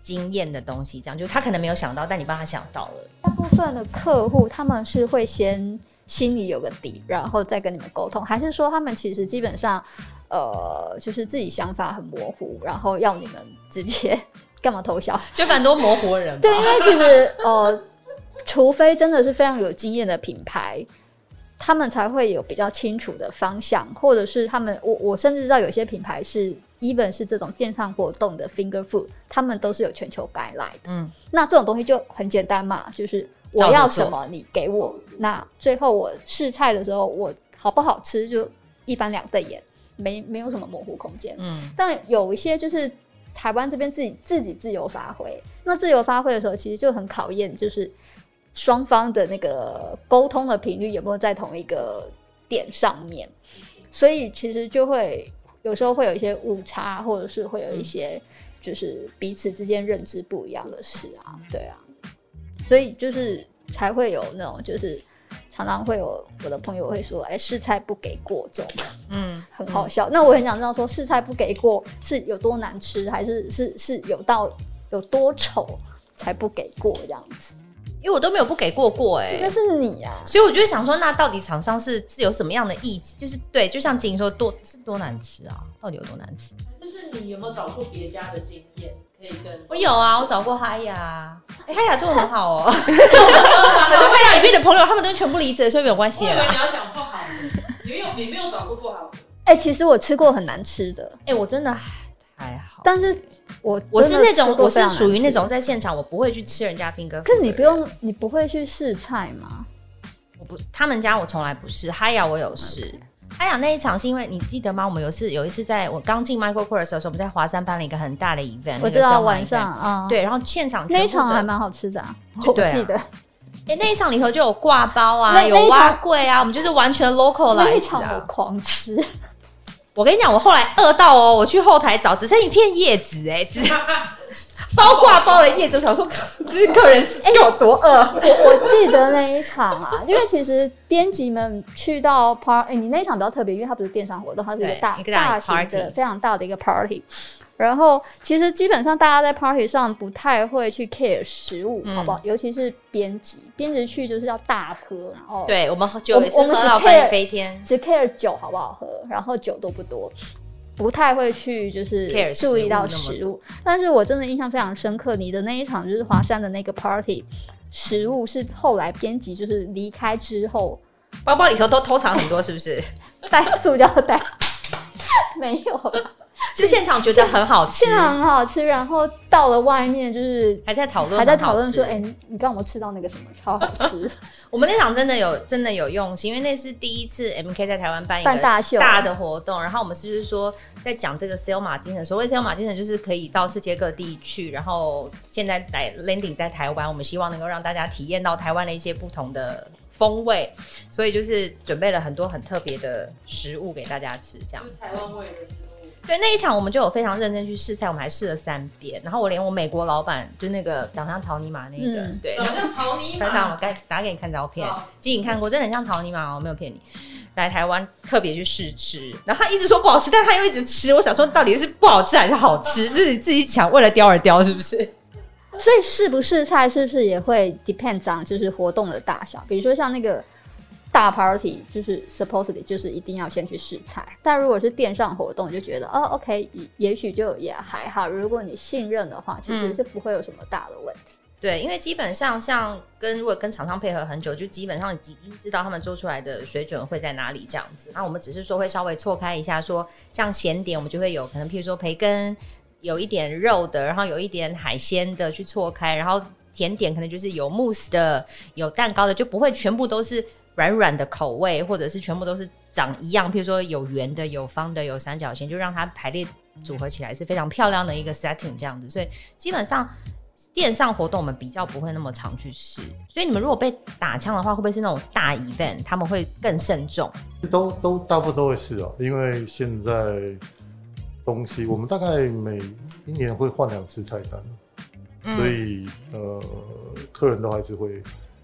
Speaker 2: 惊艳的东西？这样，就他可能没有想到，但你帮他想到了。
Speaker 1: 大部分的客户他们是会先心里有个底，然后再跟你们沟通，还是说他们其实基本上，呃，就是自己想法很模糊，然后要你们直接。干嘛偷笑？
Speaker 2: 就蛮多模糊的人吧。
Speaker 1: 对，因为其实呃，除非真的是非常有经验的品牌，他们才会有比较清楚的方向，或者是他们我我甚至知道有些品牌是 even 是这种线上活动的 finger food，他们都是有全球 guideline 的。
Speaker 2: 嗯，
Speaker 1: 那这种东西就很简单嘛，就是我
Speaker 2: 照着
Speaker 1: 要
Speaker 2: 做
Speaker 1: 什么你给我，那最后我试菜的时候我好不好吃就一翻两瞪眼，没没有什么模糊空间。
Speaker 2: 嗯，
Speaker 1: 但有一些就是台湾这边自己自己自由发挥，那自由发挥的时候，其实就很考验就是双方的那个沟通的频率有没有在同一个点上面，所以其实就会有时候会有一些误差，或者是会有一些就是彼此之间认知不一样的事啊，对啊，所以就是才会有那种就是。常常会有我的朋友会说：“哎、试菜不给过这种。”
Speaker 2: 嗯，
Speaker 1: 啊很好笑。那我很想知道说试菜不给过是有多难吃，还是是是有到有多丑才不给过这样子？
Speaker 2: 因为我都没有不给过过哎、
Speaker 1: 那是你啊，
Speaker 2: 所以我就会想说，那到底厂商是是有什么样的意，就是对，就像景说多是多难吃啊，到底有多难吃？
Speaker 3: 就是你有没有找过别家的经验可以跟？
Speaker 2: 我有啊，我找过 哈雅，哎、哈雅做的很好 哦、反正哈雅里面的朋友他们都全部离职了，所以没有关
Speaker 3: 我
Speaker 2: 系
Speaker 3: 以
Speaker 2: 了
Speaker 3: 为
Speaker 2: 啦。
Speaker 3: 你要讲不好的，你没有，你没有找过不 好的。
Speaker 1: 哎、其实我吃过很难吃的，
Speaker 2: 哎、我真的还好，
Speaker 1: 但是我
Speaker 2: 我是
Speaker 1: 真的
Speaker 2: 那
Speaker 1: 吃
Speaker 2: 种
Speaker 1: 过
Speaker 2: 我
Speaker 1: 非
Speaker 2: 是
Speaker 1: 常难
Speaker 2: 属于那
Speaker 1: 吃的
Speaker 2: 种在现场我不会去吃人家 finger，
Speaker 1: 可是你
Speaker 2: food 的
Speaker 1: 不用，你不会去试菜吗？
Speaker 2: 我不，他们家我从来不是，哈雅我有试。
Speaker 1: 嗯
Speaker 2: 哈雅那一场是因为你记得吗？我们有次有一次在我刚进 Michael Kors 的时候，我们在华山办了一个很大的 event，
Speaker 1: 我
Speaker 2: 那个
Speaker 1: 知道
Speaker 2: 盛
Speaker 1: 晚
Speaker 2: event
Speaker 1: 上啊，，
Speaker 2: 对，然后现场
Speaker 1: 那一
Speaker 2: 全部
Speaker 1: 场
Speaker 2: 的
Speaker 1: 还蛮好吃的、啊，
Speaker 2: 就
Speaker 1: 我
Speaker 2: 对啊
Speaker 1: 记得、
Speaker 2: 哎、那一场里头就有挂包啊，
Speaker 1: 那
Speaker 2: 有
Speaker 1: 那一
Speaker 2: 蛙
Speaker 1: 场
Speaker 2: 柜啊，我们就是完全 local
Speaker 1: 那
Speaker 2: 来
Speaker 1: 一
Speaker 2: 吃
Speaker 1: 场我
Speaker 2: 啊。
Speaker 1: 狂吃，
Speaker 2: 我跟你讲，我后来饿到哦，我去后台找，只剩一片叶子哎、只包挂包的叶子，我想说， 这是客人是有多饿？
Speaker 1: 我我记得那一场 啊，因为其实编辑们去到 party，、你哎那一场比较特别，因为它不是电商活动，它是一个
Speaker 2: 对
Speaker 1: 大
Speaker 2: 一个大的
Speaker 1: 型
Speaker 2: party
Speaker 1: 的非常大的一个 party。然后其实基本上大家在 party 上不太会去 care 食物，
Speaker 2: 嗯
Speaker 1: 好不好？尤其是编辑，编辑去就是要大喝，然后
Speaker 2: 对我们喝酒也是
Speaker 1: 我们
Speaker 2: 喝
Speaker 1: 只
Speaker 2: 到
Speaker 1: care-
Speaker 2: 半飞天，
Speaker 1: 只 care 酒好不好喝，然后酒多不多，不太会去就是
Speaker 2: care
Speaker 1: 注意到
Speaker 2: 食物那么
Speaker 1: 食物。但是我真的印象非常深刻，你的那一场就是华山的那个 party，食物是后来编辑就是离开之后
Speaker 2: 包包里头都偷藏很多，是不是？
Speaker 1: 带塑胶袋，没有啦，
Speaker 2: 就现场觉得很好吃
Speaker 1: 现，场很好吃。然后到了外面就是
Speaker 2: 还在讨论，
Speaker 1: 还在讨论说，
Speaker 2: 很
Speaker 1: 哎、
Speaker 2: 好吃
Speaker 1: 你你刚我吃到那个什么超好 吃，
Speaker 2: 我们那场真的有真的有用心，因为那是第一次 MK 在台湾办一
Speaker 1: 办
Speaker 2: 个
Speaker 1: 大秀
Speaker 2: 大的活动，然后我们是就是说在讲这个 s a l e 马精神，所谓 s a l e 马精神就是可以到世界各地去，然后现在来 landing 在台湾，我们希望能够让大家体验到台湾的一些不同的风味，所以就是准备了很多很特别的食物给大家吃，这样
Speaker 3: 就是。台湾味的食物，
Speaker 2: 对那一场，我们就有非常认真去试菜，我们还试了三遍，然后我连我美国老板就那个长相草泥马那个，
Speaker 1: 嗯
Speaker 2: 对，
Speaker 3: 长得像草泥
Speaker 2: 班长，我
Speaker 3: 马，哦
Speaker 2: 该打给你看照片
Speaker 3: 好，
Speaker 2: 其实你看过，真的很像草泥马哦，我没有骗你。来台湾特别去试吃，然后他一直说不好吃，但他又一直吃。我想说，到底是不好吃还是好吃？自己自己想为了雕而雕，是不是？
Speaker 1: 所以试不试菜是不是也会 depends on 就是活动的大小？比如说像那个大 party，就是 supposedly 就是一定要先去试菜。但如果是电商活动，就觉得哦 OK，也也许就也还好。如果你信任的话，其实是不会有什么大的问题。
Speaker 2: 对，因为基本上像跟如果跟厂商配合很久，就基本上已经知道他们做出来的水准会在哪里这样子。那我们只是说会稍微错开一下说，像咸点我们就会有可能，譬如说培根有一点肉的，然后有一点海鲜的去错开，然后甜点可能就是有慕斯的、有蛋糕的，就不会全部都是软软的口味，或者是全部都是长一样。譬如说有圆的、有方的、有三角形，就让它排列组合起来是非常漂亮的一个 setting 这样子。所以基本上。电商活动我们比较不会那么常去试，所以你们如果被打枪的话，会不会是那种大 event？他们会更慎重。
Speaker 5: 都都大部分都会是哦，因为现在东西我们大概每一年会换两次菜单，
Speaker 2: 嗯
Speaker 5: 所以呃，客人都还是会，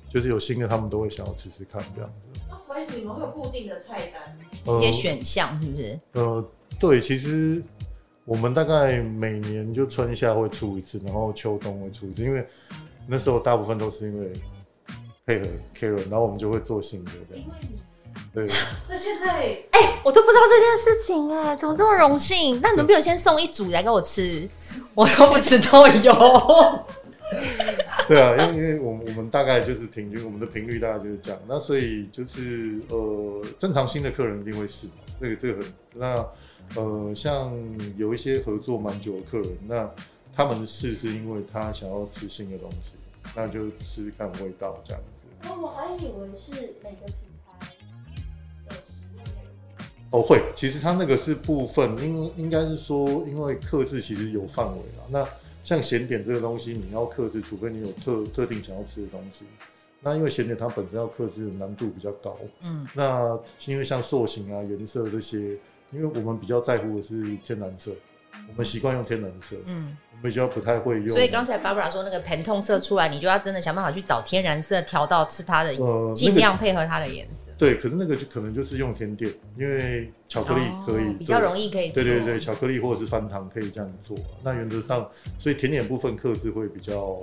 Speaker 5: 就是有新的他们都会想要吃吃看这样子。
Speaker 3: 哦所以你们会有固定的菜单，
Speaker 5: 呃
Speaker 2: 一些选项是不是？
Speaker 5: 呃，对，其实我们大概每年就春夏会出一次，然后秋冬会出一次，因为那时候大部分都是因为配合 Karen，然后我们就会做新的这样
Speaker 3: 因。为你
Speaker 5: 对，
Speaker 3: 那现在
Speaker 2: 啊 我都不知道这件事情哎、怎么这么荣幸？那你们没有先送一组来给我吃？我都不知道有。
Speaker 5: 对啊，因为因为我们我们大概就是平均我们的频率大概就是这样，那所以就是呃正常新的客人一定会试嘛，这个这个很那呃像有一些合作蛮久的客人，那他们试是因为他想要吃新的东西，那就试试看味道这样子。
Speaker 1: 那我还以为是每个品牌的食物也
Speaker 5: 哦，会，其实它那个是部分，因应该是说因为克制其实有范围啦，那像咸点这个东西，你要克制，除非你有特特定想要吃的东西。那因为咸点它本身要克制的难度比较高，
Speaker 2: 嗯，
Speaker 5: 那因为像塑形啊、颜色这些，因为我们比较在乎的是天然色，我们习惯用天然色，
Speaker 2: 嗯，
Speaker 5: 我们比较不太会用。
Speaker 2: 所以刚才 Barbara 说那个盆痛色出来，你就要真的想办法去找天然色调到是它的，
Speaker 5: 呃，
Speaker 2: 尽
Speaker 5: 那
Speaker 2: 量
Speaker 5: 个
Speaker 2: 配合它的颜色。
Speaker 5: 对，可是那个就可能就是用甜点，因为巧克力可以、
Speaker 2: 哦比较
Speaker 5: 对
Speaker 2: 容易可以
Speaker 5: 对对
Speaker 2: 做
Speaker 5: 对，巧克力或者是翻糖可以这样做。那原则上，所以甜点部分克制会比较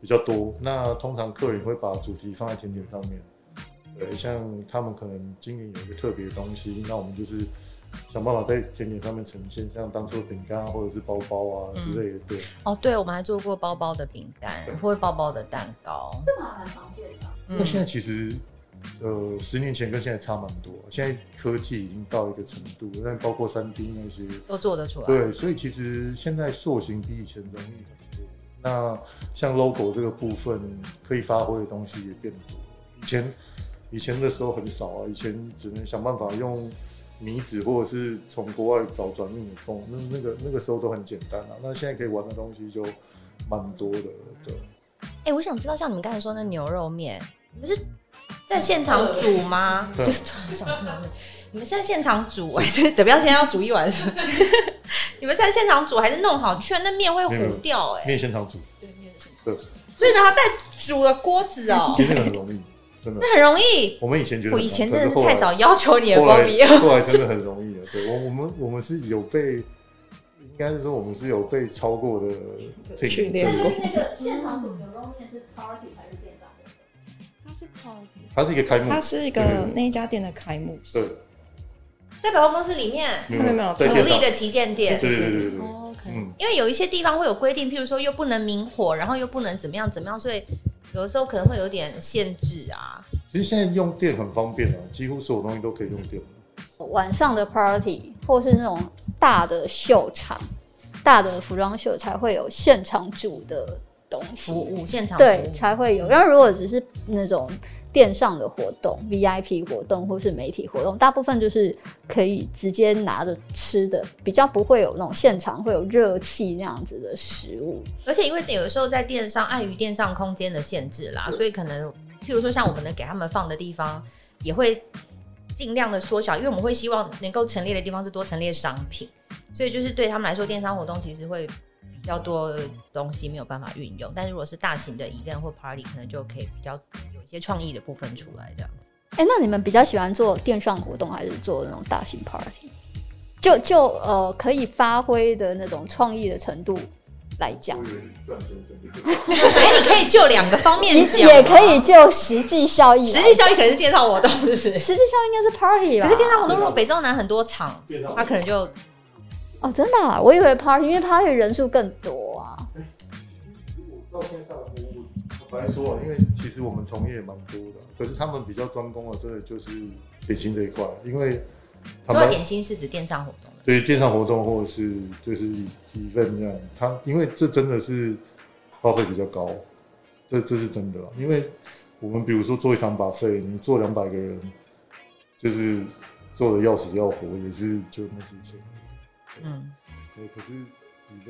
Speaker 5: 比较多。那通常客人会把主题放在甜点上面。对，像他们可能今年有一个特别的东西，那我们就是想办法在甜点上面呈现，像当初的饼干啊或者是包包啊之类的。对，
Speaker 2: 哦，对，我们还做过包包的饼干
Speaker 5: 对
Speaker 2: 或者包包的蛋糕。
Speaker 1: 这个还蛮常见的啊。
Speaker 2: 嗯
Speaker 5: 那现在其实，呃，十年前跟现在差蛮多。现在科技已经到一个程度，但包括三 D 那些。
Speaker 2: 都做得出来。
Speaker 5: 对，所以其实现在塑形比以前容易很多。那像 logo 这个部分，可以发挥的东西也变多。以前以前的时候很少啊，以前只能想办法用米纸或者是从国外找转运的缝，那那个那个时候都很简单啊。那现在可以玩的东西就蛮多的，对。
Speaker 2: 哎、我想知道像你们刚才说那牛肉面，你们是在现场煮吗？
Speaker 5: 对
Speaker 2: 就是 突然想吃牛肉面，你们是在现场煮 还是怎么样？现在要煮一碗是不是？ 你们是在现场煮还是弄好？居然那面会
Speaker 5: 没有
Speaker 2: 糊掉哎、
Speaker 5: 面现场煮，
Speaker 2: 所以呢，它带煮了锅子哦、
Speaker 5: 其实那个很容易，真的。
Speaker 2: 这很容易。
Speaker 5: 我们以前觉得
Speaker 2: 我
Speaker 5: 很
Speaker 2: 以
Speaker 5: 难，
Speaker 2: 前
Speaker 5: 可
Speaker 2: 真的
Speaker 5: 后
Speaker 2: 是太
Speaker 5: 来
Speaker 2: 少要求你的
Speaker 5: 后
Speaker 2: 功
Speaker 5: 来
Speaker 2: 力
Speaker 5: 后来真的很容易的，啊对我我们我们是有被，应该是说我们是有被超过的 team，
Speaker 4: 训
Speaker 1: 那
Speaker 4: 练
Speaker 5: 对
Speaker 1: 就是那个现场煮牛肉面是 party 还是店长的？
Speaker 4: 它是 party，
Speaker 5: 它是一个开幕
Speaker 4: 它，是一
Speaker 5: 嗯
Speaker 4: 个那一家店的开幕式
Speaker 5: 对，，
Speaker 2: 在百货公司里面
Speaker 5: 没
Speaker 4: 没有没有
Speaker 5: 在
Speaker 2: 努
Speaker 5: 店
Speaker 2: 力
Speaker 5: 长，
Speaker 2: 的旗舰
Speaker 5: 对
Speaker 2: 店。
Speaker 5: 对对对对，
Speaker 2: OK，
Speaker 5: 嗯，
Speaker 2: 因为有一些地方会有规定，譬如说又不能明火，然后又不能怎么样怎么样，所以有的时候可能会有点限制啊。
Speaker 5: 其实现在用电很方便啊，几乎所有东西都可以用电。
Speaker 1: 晚上的 party 或是那种大的秀场、大的服装秀才会有现场煮的东西
Speaker 2: 服，务，现场服
Speaker 1: 对，
Speaker 2: 务
Speaker 1: 才会有。然后如果只是那种电上的活动、VIP 活动或是媒体活动，大部分就是可以直接拿着吃的，比较不会有那种现场会有热气那样子的食物。
Speaker 2: 而且因为有的时候在电商碍于电商空间的限制啦，所以可能譬如说像我们能给他们放的地方，也会尽量的缩小，因为我们会希望能够陈列的地方是多陈列商品，所以就是对他们来说，电商活动其实会比较多东西没有办法运用。但如果是大型的 event 或 party，可能就可以比较有一些创意的部分出来这样 子。
Speaker 1: 哎、那你们比较喜欢做电商活动，还是做那种大型 party？就就呃，可以发挥的那种创意的程度来讲，
Speaker 2: 哎、你可以就两个方
Speaker 1: 也
Speaker 2: 面讲，
Speaker 1: 也可以。就实际效益来
Speaker 2: 实
Speaker 1: 讲，
Speaker 2: 际效益可能是电商活动，是不是？
Speaker 1: 实际效应该是 party 吧？
Speaker 2: 可是电商活动，如果北中南很多场，
Speaker 5: 电脑
Speaker 2: 他可能就
Speaker 1: 哦，真的、啊，我以为 party，因为 party 人数更多啊。
Speaker 5: 到现在，我我坦白说啊，因为其实我们同业也蛮多的，啊可是他们比较专攻的，真的就是点心这一块，啊因为他
Speaker 2: 说到
Speaker 5: 们
Speaker 2: 点心是指电商活动的，
Speaker 5: 对电商活动或者是就是 event 这样，它因为这真的是花费比较高，这这是真的啦。因为我们比如说做一场把费，你做两百个人，就是做的要死要活，也是就那几千。
Speaker 2: 嗯，
Speaker 5: 对，可是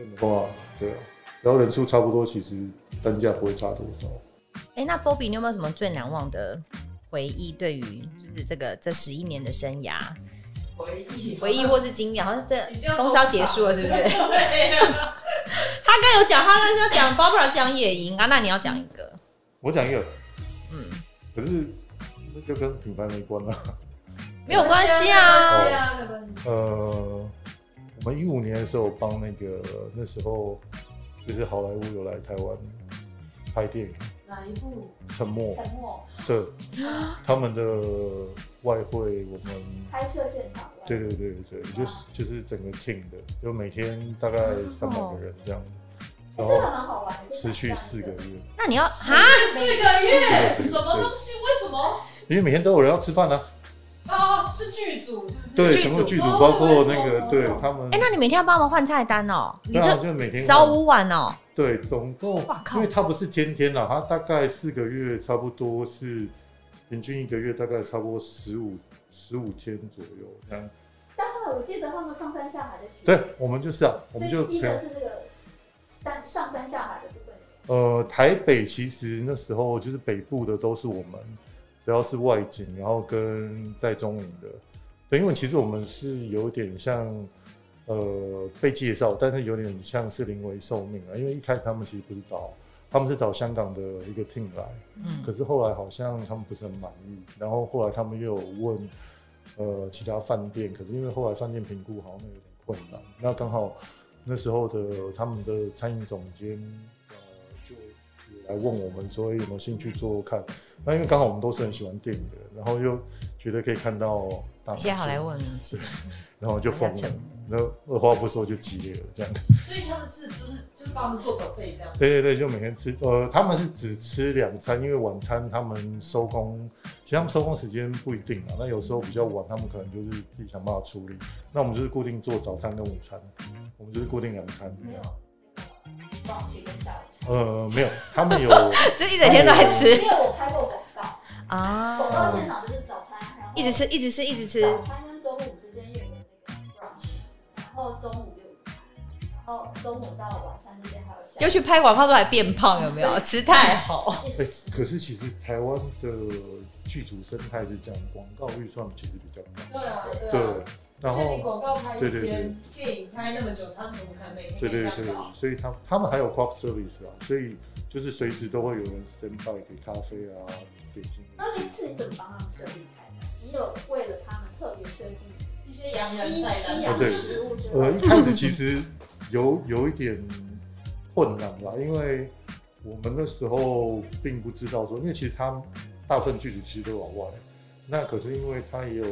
Speaker 5: event 的话，对啊，只要人数差不多，其实单价不会差多少。
Speaker 2: 哎、那 Bobby，你有没有什么最难忘的回忆？对于就是这个这十一年的生涯，
Speaker 3: 回忆
Speaker 2: 回忆或是经验，好像这
Speaker 3: 已经要
Speaker 2: 公司要结束了，是不是？
Speaker 3: 对啊，
Speaker 2: 他刚有讲，他刚是要讲 Barbara 讲野营啊，那你要讲一个，
Speaker 5: 我讲一个，
Speaker 2: 嗯，
Speaker 5: 可是那就跟品牌没关啊了。
Speaker 2: 没有关系啊，
Speaker 5: 哦
Speaker 3: 对啊，没关系
Speaker 5: 呃，我们一五年的时候帮那个那时候就是好莱坞有来台湾拍电影
Speaker 3: 哪一部？
Speaker 5: 《沉默》
Speaker 3: 沉默。
Speaker 5: 的他们的外汇，我们
Speaker 1: 拍摄现场吧
Speaker 5: 对对对对，就是就是整个 team 的，就每天大概三百个人这样，然
Speaker 1: 这
Speaker 5: 后
Speaker 1: 还蛮好玩的，
Speaker 5: 持续四个月，
Speaker 2: 那你要哈，
Speaker 3: 四个月，什么东西？为什么？
Speaker 5: 因为每天都有人要吃饭啊，
Speaker 3: 哦，是剧组，是不是？
Speaker 2: 剧组
Speaker 5: 对，全部剧组
Speaker 3: 哦
Speaker 5: 包括那
Speaker 3: 我以为
Speaker 5: 个
Speaker 3: 是
Speaker 5: 对他们
Speaker 2: 哎、，那你每天要帮忙换菜单哦，你
Speaker 5: 对啊，
Speaker 2: 这
Speaker 5: 就每天
Speaker 2: 早午晚哦，
Speaker 5: 对，总共
Speaker 2: 哇，靠
Speaker 5: 因为他不是天天啦，他大概四个月差不多是平均一个月大概差不多十五十五天左右这样，
Speaker 1: 但他们我记得他们上山下海的区
Speaker 5: 对，我们就是啊，我们就
Speaker 1: 所以一
Speaker 5: 这样
Speaker 1: 个是这个山上山下海的部分。
Speaker 5: 呃，台北其实那时候就是北部的都是我们，只要是外景，然后跟在中营的，对，因为其实我们是有点像呃被介绍，但是有点像是临危受命啊，因为一开始他们其实不是找，他们是找香港的一个 team 来，
Speaker 2: 嗯，
Speaker 5: 可是后来好像他们不是很满意，然后后来他们又有问呃其他饭店，可是因为后来饭店评估好像有点困难，那刚好那时候的他们的餐饮总监呃就有来问我们说欸有没有兴趣做做看，那因为刚好我们都是很喜欢电影的人，然后又觉得可以看到大明
Speaker 2: 谢谢好莱
Speaker 5: 星
Speaker 2: 坞的明 星，
Speaker 5: 然后就疯
Speaker 2: 好像
Speaker 5: 了，然后二话不说就激烈了这样。
Speaker 3: 所以他们是就是就是帮他们做准备这样。
Speaker 5: 对对对，就每天吃，呃，他们是只吃两餐，因为晚餐他们收工，其实他们收工时间不一定啊。那有时候比较晚，他们可能就是自己想办法处理。那我们就是固定做早餐跟午餐，我们就是固定两餐。
Speaker 1: 没有
Speaker 5: 嗯
Speaker 1: 那个放弃跟下午茶，
Speaker 5: 呃，没有，他们有
Speaker 2: 就一整天都在吃
Speaker 1: 因为我拍过广告，
Speaker 5: 哦
Speaker 1: 广告
Speaker 2: 啊，
Speaker 1: 现场就是早餐，然后
Speaker 2: 一直吃，一直吃，一直吃，
Speaker 1: 早餐跟中午之间又有那个 brunch，然后中午就午餐，然后中午到晚餐之间还有下
Speaker 2: 就去拍广告都还变胖，有没有？吃太好，
Speaker 1: 午
Speaker 5: 哎、
Speaker 1: 一直吃。
Speaker 5: 可是其实台湾的剧组生态是这样，广告预算其实比较高。
Speaker 3: 对啊，对
Speaker 5: 对
Speaker 3: 啊。，
Speaker 5: 然
Speaker 3: 而且你广
Speaker 5: 后
Speaker 3: 告拍一
Speaker 5: 对对对
Speaker 3: 天，电影拍那么久，他们怎么可能每天
Speaker 5: 对
Speaker 3: 可以
Speaker 5: 对
Speaker 3: 这
Speaker 5: 对
Speaker 3: 样搞？，
Speaker 5: 所以他他们还有 craft service 啊，所以就是随时都会有人 stand by 给咖啡啊、点心。
Speaker 1: 那一次你怎么帮他们设计菜单？你有为了他们特别设计
Speaker 3: 一些洋人
Speaker 1: 西
Speaker 3: 晒
Speaker 1: 西
Speaker 3: 单啊
Speaker 1: 洋
Speaker 5: 对
Speaker 1: 食物之
Speaker 5: 呃，
Speaker 1: 外
Speaker 5: 一，开始其实有有一点困难啦，因为我们那时候并不知道说，因为其实他大部分剧组其实都往外，那可是因为他也有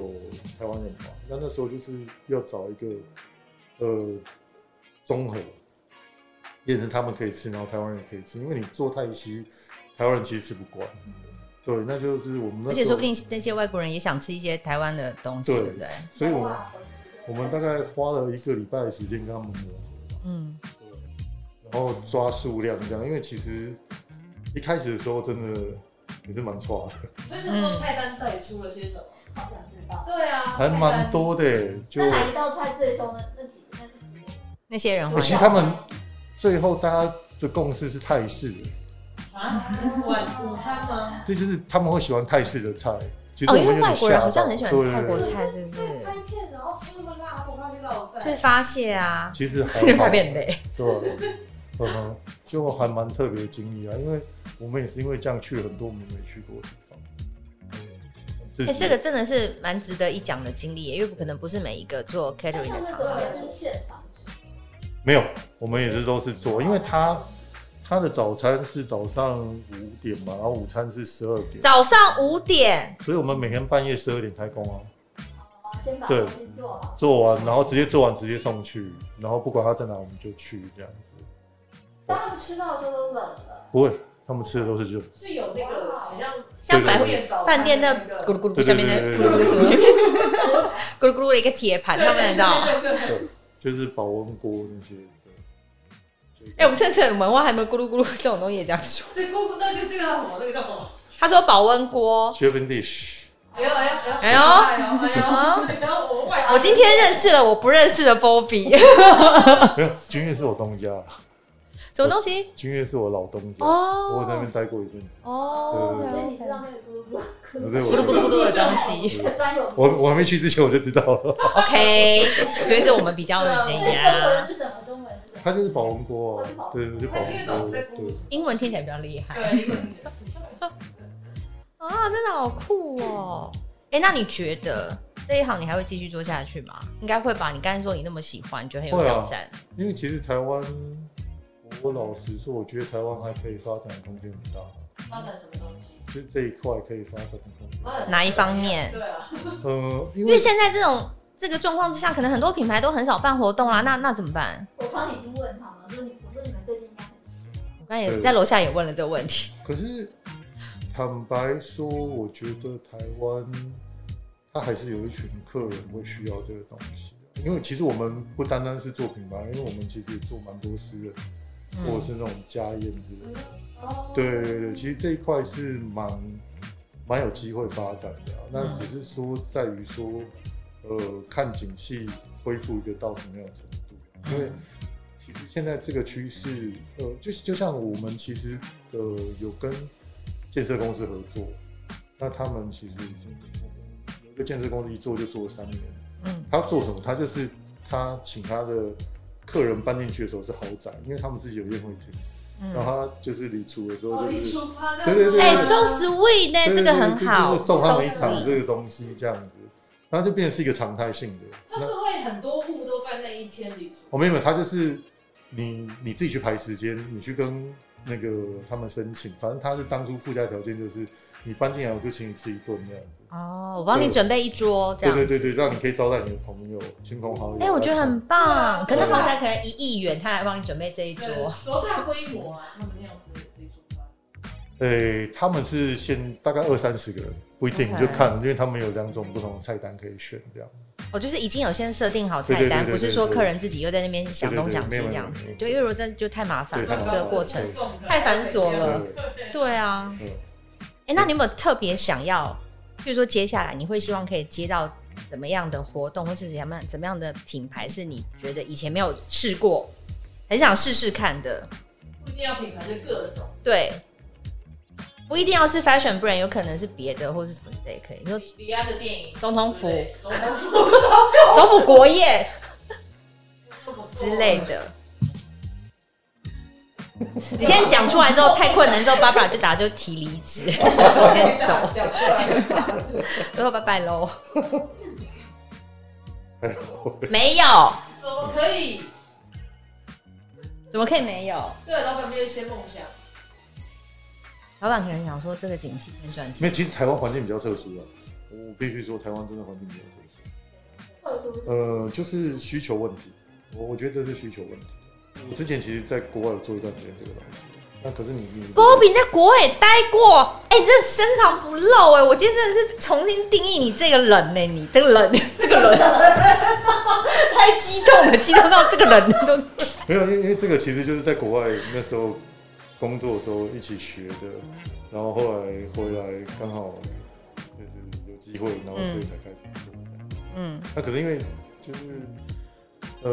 Speaker 5: 台湾人嘛，那那时候就是要找一个呃综合，变成他们可以吃，然后台湾人也可以吃，因为你做太稀，台湾人其实吃不惯。对，那就是我们
Speaker 2: 嗯
Speaker 5: 那
Speaker 2: 而且
Speaker 5: 时
Speaker 2: 说
Speaker 5: 候
Speaker 2: 不，定那些外国人也想吃一些台湾的东西，
Speaker 5: 对
Speaker 2: 对不对？
Speaker 5: 所以我们
Speaker 1: 哇
Speaker 5: 我们大概花了一个礼拜的时间跟他们磨合。
Speaker 2: 嗯，
Speaker 5: 然后抓数量这样，因为其实一开始的时候真的也是蛮错的，
Speaker 3: 所以那时候菜单到底出了些什么？
Speaker 1: 好想知道。
Speaker 3: 对啊，
Speaker 5: 还蛮多的耶。就
Speaker 1: 那哪一道菜最受那那几那几个？
Speaker 2: 那些人
Speaker 5: 而
Speaker 2: 欢
Speaker 5: 且
Speaker 2: 迎，
Speaker 5: 他们最后大家的共识是泰式的，
Speaker 2: 嗯
Speaker 3: 啊，晚午餐吗？
Speaker 5: 这就是他们会喜欢泰式的菜。其实
Speaker 2: 哦，
Speaker 5: 我
Speaker 2: 因
Speaker 5: 们
Speaker 2: 为
Speaker 5: 有点
Speaker 2: 外国人好像
Speaker 5: 吓到
Speaker 2: 很喜
Speaker 5: 对
Speaker 2: 欢
Speaker 5: 对
Speaker 2: 泰国
Speaker 5: 对
Speaker 2: 菜，是不是？
Speaker 3: 拍片然后吃那么辣，我怕去落
Speaker 2: 所以
Speaker 3: 塞。
Speaker 2: 发泄啊，
Speaker 5: 其实还
Speaker 2: 越
Speaker 5: 哦好
Speaker 2: 拍变累。
Speaker 5: 对，啊嗯哼，就还蛮特别的经历啊，因为我们也是因为这样去了很多我们没去过的地方。嗯对
Speaker 2: 哎、这个真的是蛮值得一讲的经历耶，因为可能不是每一个做
Speaker 1: 那
Speaker 2: catering
Speaker 1: 像
Speaker 2: 的
Speaker 1: 那
Speaker 2: 场
Speaker 1: 种
Speaker 2: 合。
Speaker 1: 人是现场吃，
Speaker 5: 没有，我们也是都是做，因为他他的早餐是早上五点嘛，然后午餐是十二点，
Speaker 2: 早上五点，
Speaker 5: 所以我们每天半夜十二点开工啊，
Speaker 1: 哦先把东西做好。
Speaker 5: 做完然后直接做完直接送去，然后不管他在哪我们就去这样子，
Speaker 1: 但他们吃到的时候都冷了，
Speaker 5: 不会，他们吃的都是热，
Speaker 3: 是有那个好像
Speaker 2: 像百
Speaker 5: 对
Speaker 2: 货
Speaker 3: 店早餐
Speaker 2: 饭店那
Speaker 3: 的那
Speaker 2: 咕
Speaker 3: 个
Speaker 2: 噜咕噜
Speaker 5: 对
Speaker 2: 下
Speaker 5: 对
Speaker 2: 面的
Speaker 5: 对对
Speaker 2: 咕噜咕噜什么东西，咕噜咕噜的一个铁盘，他们知道。
Speaker 3: 对对对
Speaker 5: 就是保温锅那些。对
Speaker 2: 哎、我们甚至很文化，还没咕噜咕噜这种东西也这样说。
Speaker 3: 这咕咕那就这个叫什么？那个叫什么？
Speaker 2: 他说保温锅，
Speaker 5: ，Seven Dish，
Speaker 3: 哎呦哎呦
Speaker 2: 哎
Speaker 3: 哎
Speaker 2: 呦
Speaker 3: 呦哎呦哎
Speaker 2: 啊
Speaker 3: 呦！然后我外
Speaker 2: 我今天认识了我不认识的 Bobby，
Speaker 5: 没有，君越是我东家，
Speaker 2: 什么东西？
Speaker 5: 君越是我老东家，我有在那
Speaker 2: 哦
Speaker 5: 边待过一阵子，
Speaker 2: 哦
Speaker 5: 对
Speaker 1: 所以你
Speaker 2: ，OK，
Speaker 1: 知道那个咕噜咕噜
Speaker 5: 对不对？
Speaker 2: 咕噜咕
Speaker 5: 我
Speaker 2: 噜咕噜的东 西
Speaker 1: 的专有名词。
Speaker 5: 我我还没去之前我就知道 了，
Speaker 2: ，OK，所以是我们比较
Speaker 1: 所
Speaker 2: 冷
Speaker 1: 以中
Speaker 2: 呀
Speaker 1: 文。是什么？中文是什么？
Speaker 5: 它就是保温锅啊，对，就是保
Speaker 3: 还听
Speaker 5: 温
Speaker 3: 得懂
Speaker 5: 锅，
Speaker 3: 在咕
Speaker 5: 对
Speaker 3: 噜。
Speaker 2: 英文听起来比较厉害。
Speaker 3: 对，
Speaker 2: 啊，真的好酷哦！哎、那你觉得这一行你还会继续做下去吗？应该会吧？你刚才说你那么喜欢，你觉得很有
Speaker 5: 会啊
Speaker 2: 挑战。
Speaker 5: 因为其实台湾，我老实说，我觉得台湾还可以发展的空间很大。
Speaker 3: 发展什么东西？
Speaker 5: 这这一块可以发展的
Speaker 3: 啊
Speaker 5: 空间。
Speaker 2: 哪一方面？
Speaker 3: 对啊，
Speaker 5: 呃，因
Speaker 2: 因
Speaker 5: 为
Speaker 2: 为现在这种这个状况之下，可能很多品牌都很少办活动啦，那那怎么办？
Speaker 1: 我刚刚已经问他们，说你，我说你们最近应该很闲。
Speaker 2: 我刚才也在楼下也问了这个问题，
Speaker 5: 可是坦白说，我觉得台湾它还是有一群客人会需要这个东西的，因为其实我们不单单是做品牌，因为我们其实也做蛮多私人、或者是那种家宴之类的。
Speaker 3: 哦，
Speaker 5: 对对对，其实这一块是蛮蛮有机会发展的、啊，那
Speaker 2: 嗯
Speaker 5: 只是说在于说，呃，看景气恢复一个到什么样的程度，因为其实现在这个趋势，呃，就就像我们其实呃有跟建设公司合作，那他们其实已经有一个建设公司一做就做了三年，
Speaker 2: 嗯，
Speaker 5: 他做什么？他就是他请他的客人搬进去的时候是豪宅，因为他们自己有宴会厅。
Speaker 2: 嗯
Speaker 5: 然后他就是礼厨的时候，就
Speaker 3: 一
Speaker 5: 是
Speaker 3: 出发，
Speaker 5: 对对对
Speaker 2: 哎、
Speaker 5: 对
Speaker 2: s o sweet 呢、
Speaker 5: 对
Speaker 2: 哎这
Speaker 5: 对
Speaker 2: 个
Speaker 5: 对
Speaker 2: 很
Speaker 5: 就是
Speaker 2: 好
Speaker 5: 送他
Speaker 2: ，so
Speaker 5: 们一场
Speaker 2: sweet，
Speaker 5: 这个东西这样子，然后就变成是一个常态性的。
Speaker 3: 他
Speaker 5: 那
Speaker 3: 是会很多户都在那一天里出，
Speaker 5: 我没有，他就是你你自己去排时间，你去跟那个他们申请，反正他是当初附加条件就是你搬进来我就请你吃一顿这样子。
Speaker 2: 哦，我帮你
Speaker 5: 对
Speaker 2: 准备一桌这
Speaker 5: 对
Speaker 2: 样。
Speaker 5: 对对对，让你可以招待你的朋友、亲朋好友。啊
Speaker 2: 哎、我觉得很棒，嗯可
Speaker 3: 对
Speaker 2: 能豪宅可能一亿元，他还帮你准备这一桌，
Speaker 3: 对，多大规模啊？他们那样子里出发，
Speaker 5: 诶、哎他们是现大概二三十个人，不一定
Speaker 2: OK
Speaker 5: 你就看，因为他们有两种不同的菜单可以选，这样。
Speaker 2: 我就是已经有先设定好
Speaker 5: 对
Speaker 2: 菜
Speaker 5: 对
Speaker 2: 单，
Speaker 5: 对对
Speaker 2: 不是
Speaker 5: 对
Speaker 2: 说
Speaker 5: 对
Speaker 2: 客人自己又在那边想
Speaker 5: 对对
Speaker 2: 东
Speaker 5: 对
Speaker 2: 想西
Speaker 5: 没有
Speaker 2: 这
Speaker 5: 没有
Speaker 2: 样子
Speaker 5: 没有。
Speaker 2: 对，因因为我真的就太麻烦
Speaker 5: 对太
Speaker 2: 了
Speaker 5: 麻，
Speaker 2: 这
Speaker 5: 烦
Speaker 2: 个
Speaker 5: 了
Speaker 2: 过程。
Speaker 3: 对
Speaker 2: 太繁琐了
Speaker 5: 对
Speaker 2: 对啊，
Speaker 5: 嗯
Speaker 2: 哎、那你有没有特别想要，譬如说接下来你会希望可以接到怎么样的活动，或是怎么样怎么样的品牌，是你觉得以前没有试过，很想试试看的？
Speaker 3: 不一定要品牌，就各种。
Speaker 2: 对，不一定要是 fashion brand，有可能是别的或是什么之类可以。你说
Speaker 3: 李安的电影，
Speaker 2: 总统府
Speaker 3: 总统府
Speaker 2: 首府国宴
Speaker 3: 都不错
Speaker 2: 之类，的。 你现在讲出来之后太困难，之后爸爸就打就提离职， 就说我先走，
Speaker 3: 讲出来
Speaker 2: 最后拜拜喽。
Speaker 5: 哎呦
Speaker 2: 没有，
Speaker 3: 怎么可以？
Speaker 2: 怎么可以没有？
Speaker 3: 对，老板没有一些梦想，
Speaker 2: 老板可能想说这个景气先赚钱，
Speaker 5: 没有，其实台湾环境比较特殊啊，我必须说台湾真的环境比较
Speaker 1: 或
Speaker 5: 特
Speaker 1: 者说
Speaker 5: 殊。呃，就是需求问题，我我觉得这是需求问题。我之前其实在国外有做一段时间这个东西，那可是你你
Speaker 2: 郭炳在国外也待过，哎、你真的深藏不露哎、我今天真的是重新定义你这个人呢、你这个人，这个 人，太激动了，激动到这个人都
Speaker 5: 没有，因为因为这个其实就是在国外那时候工作的时候一起学的，然后后来回来刚好就是有机会，然后所以才开始做。
Speaker 2: 嗯
Speaker 5: 那可是因为就是呃，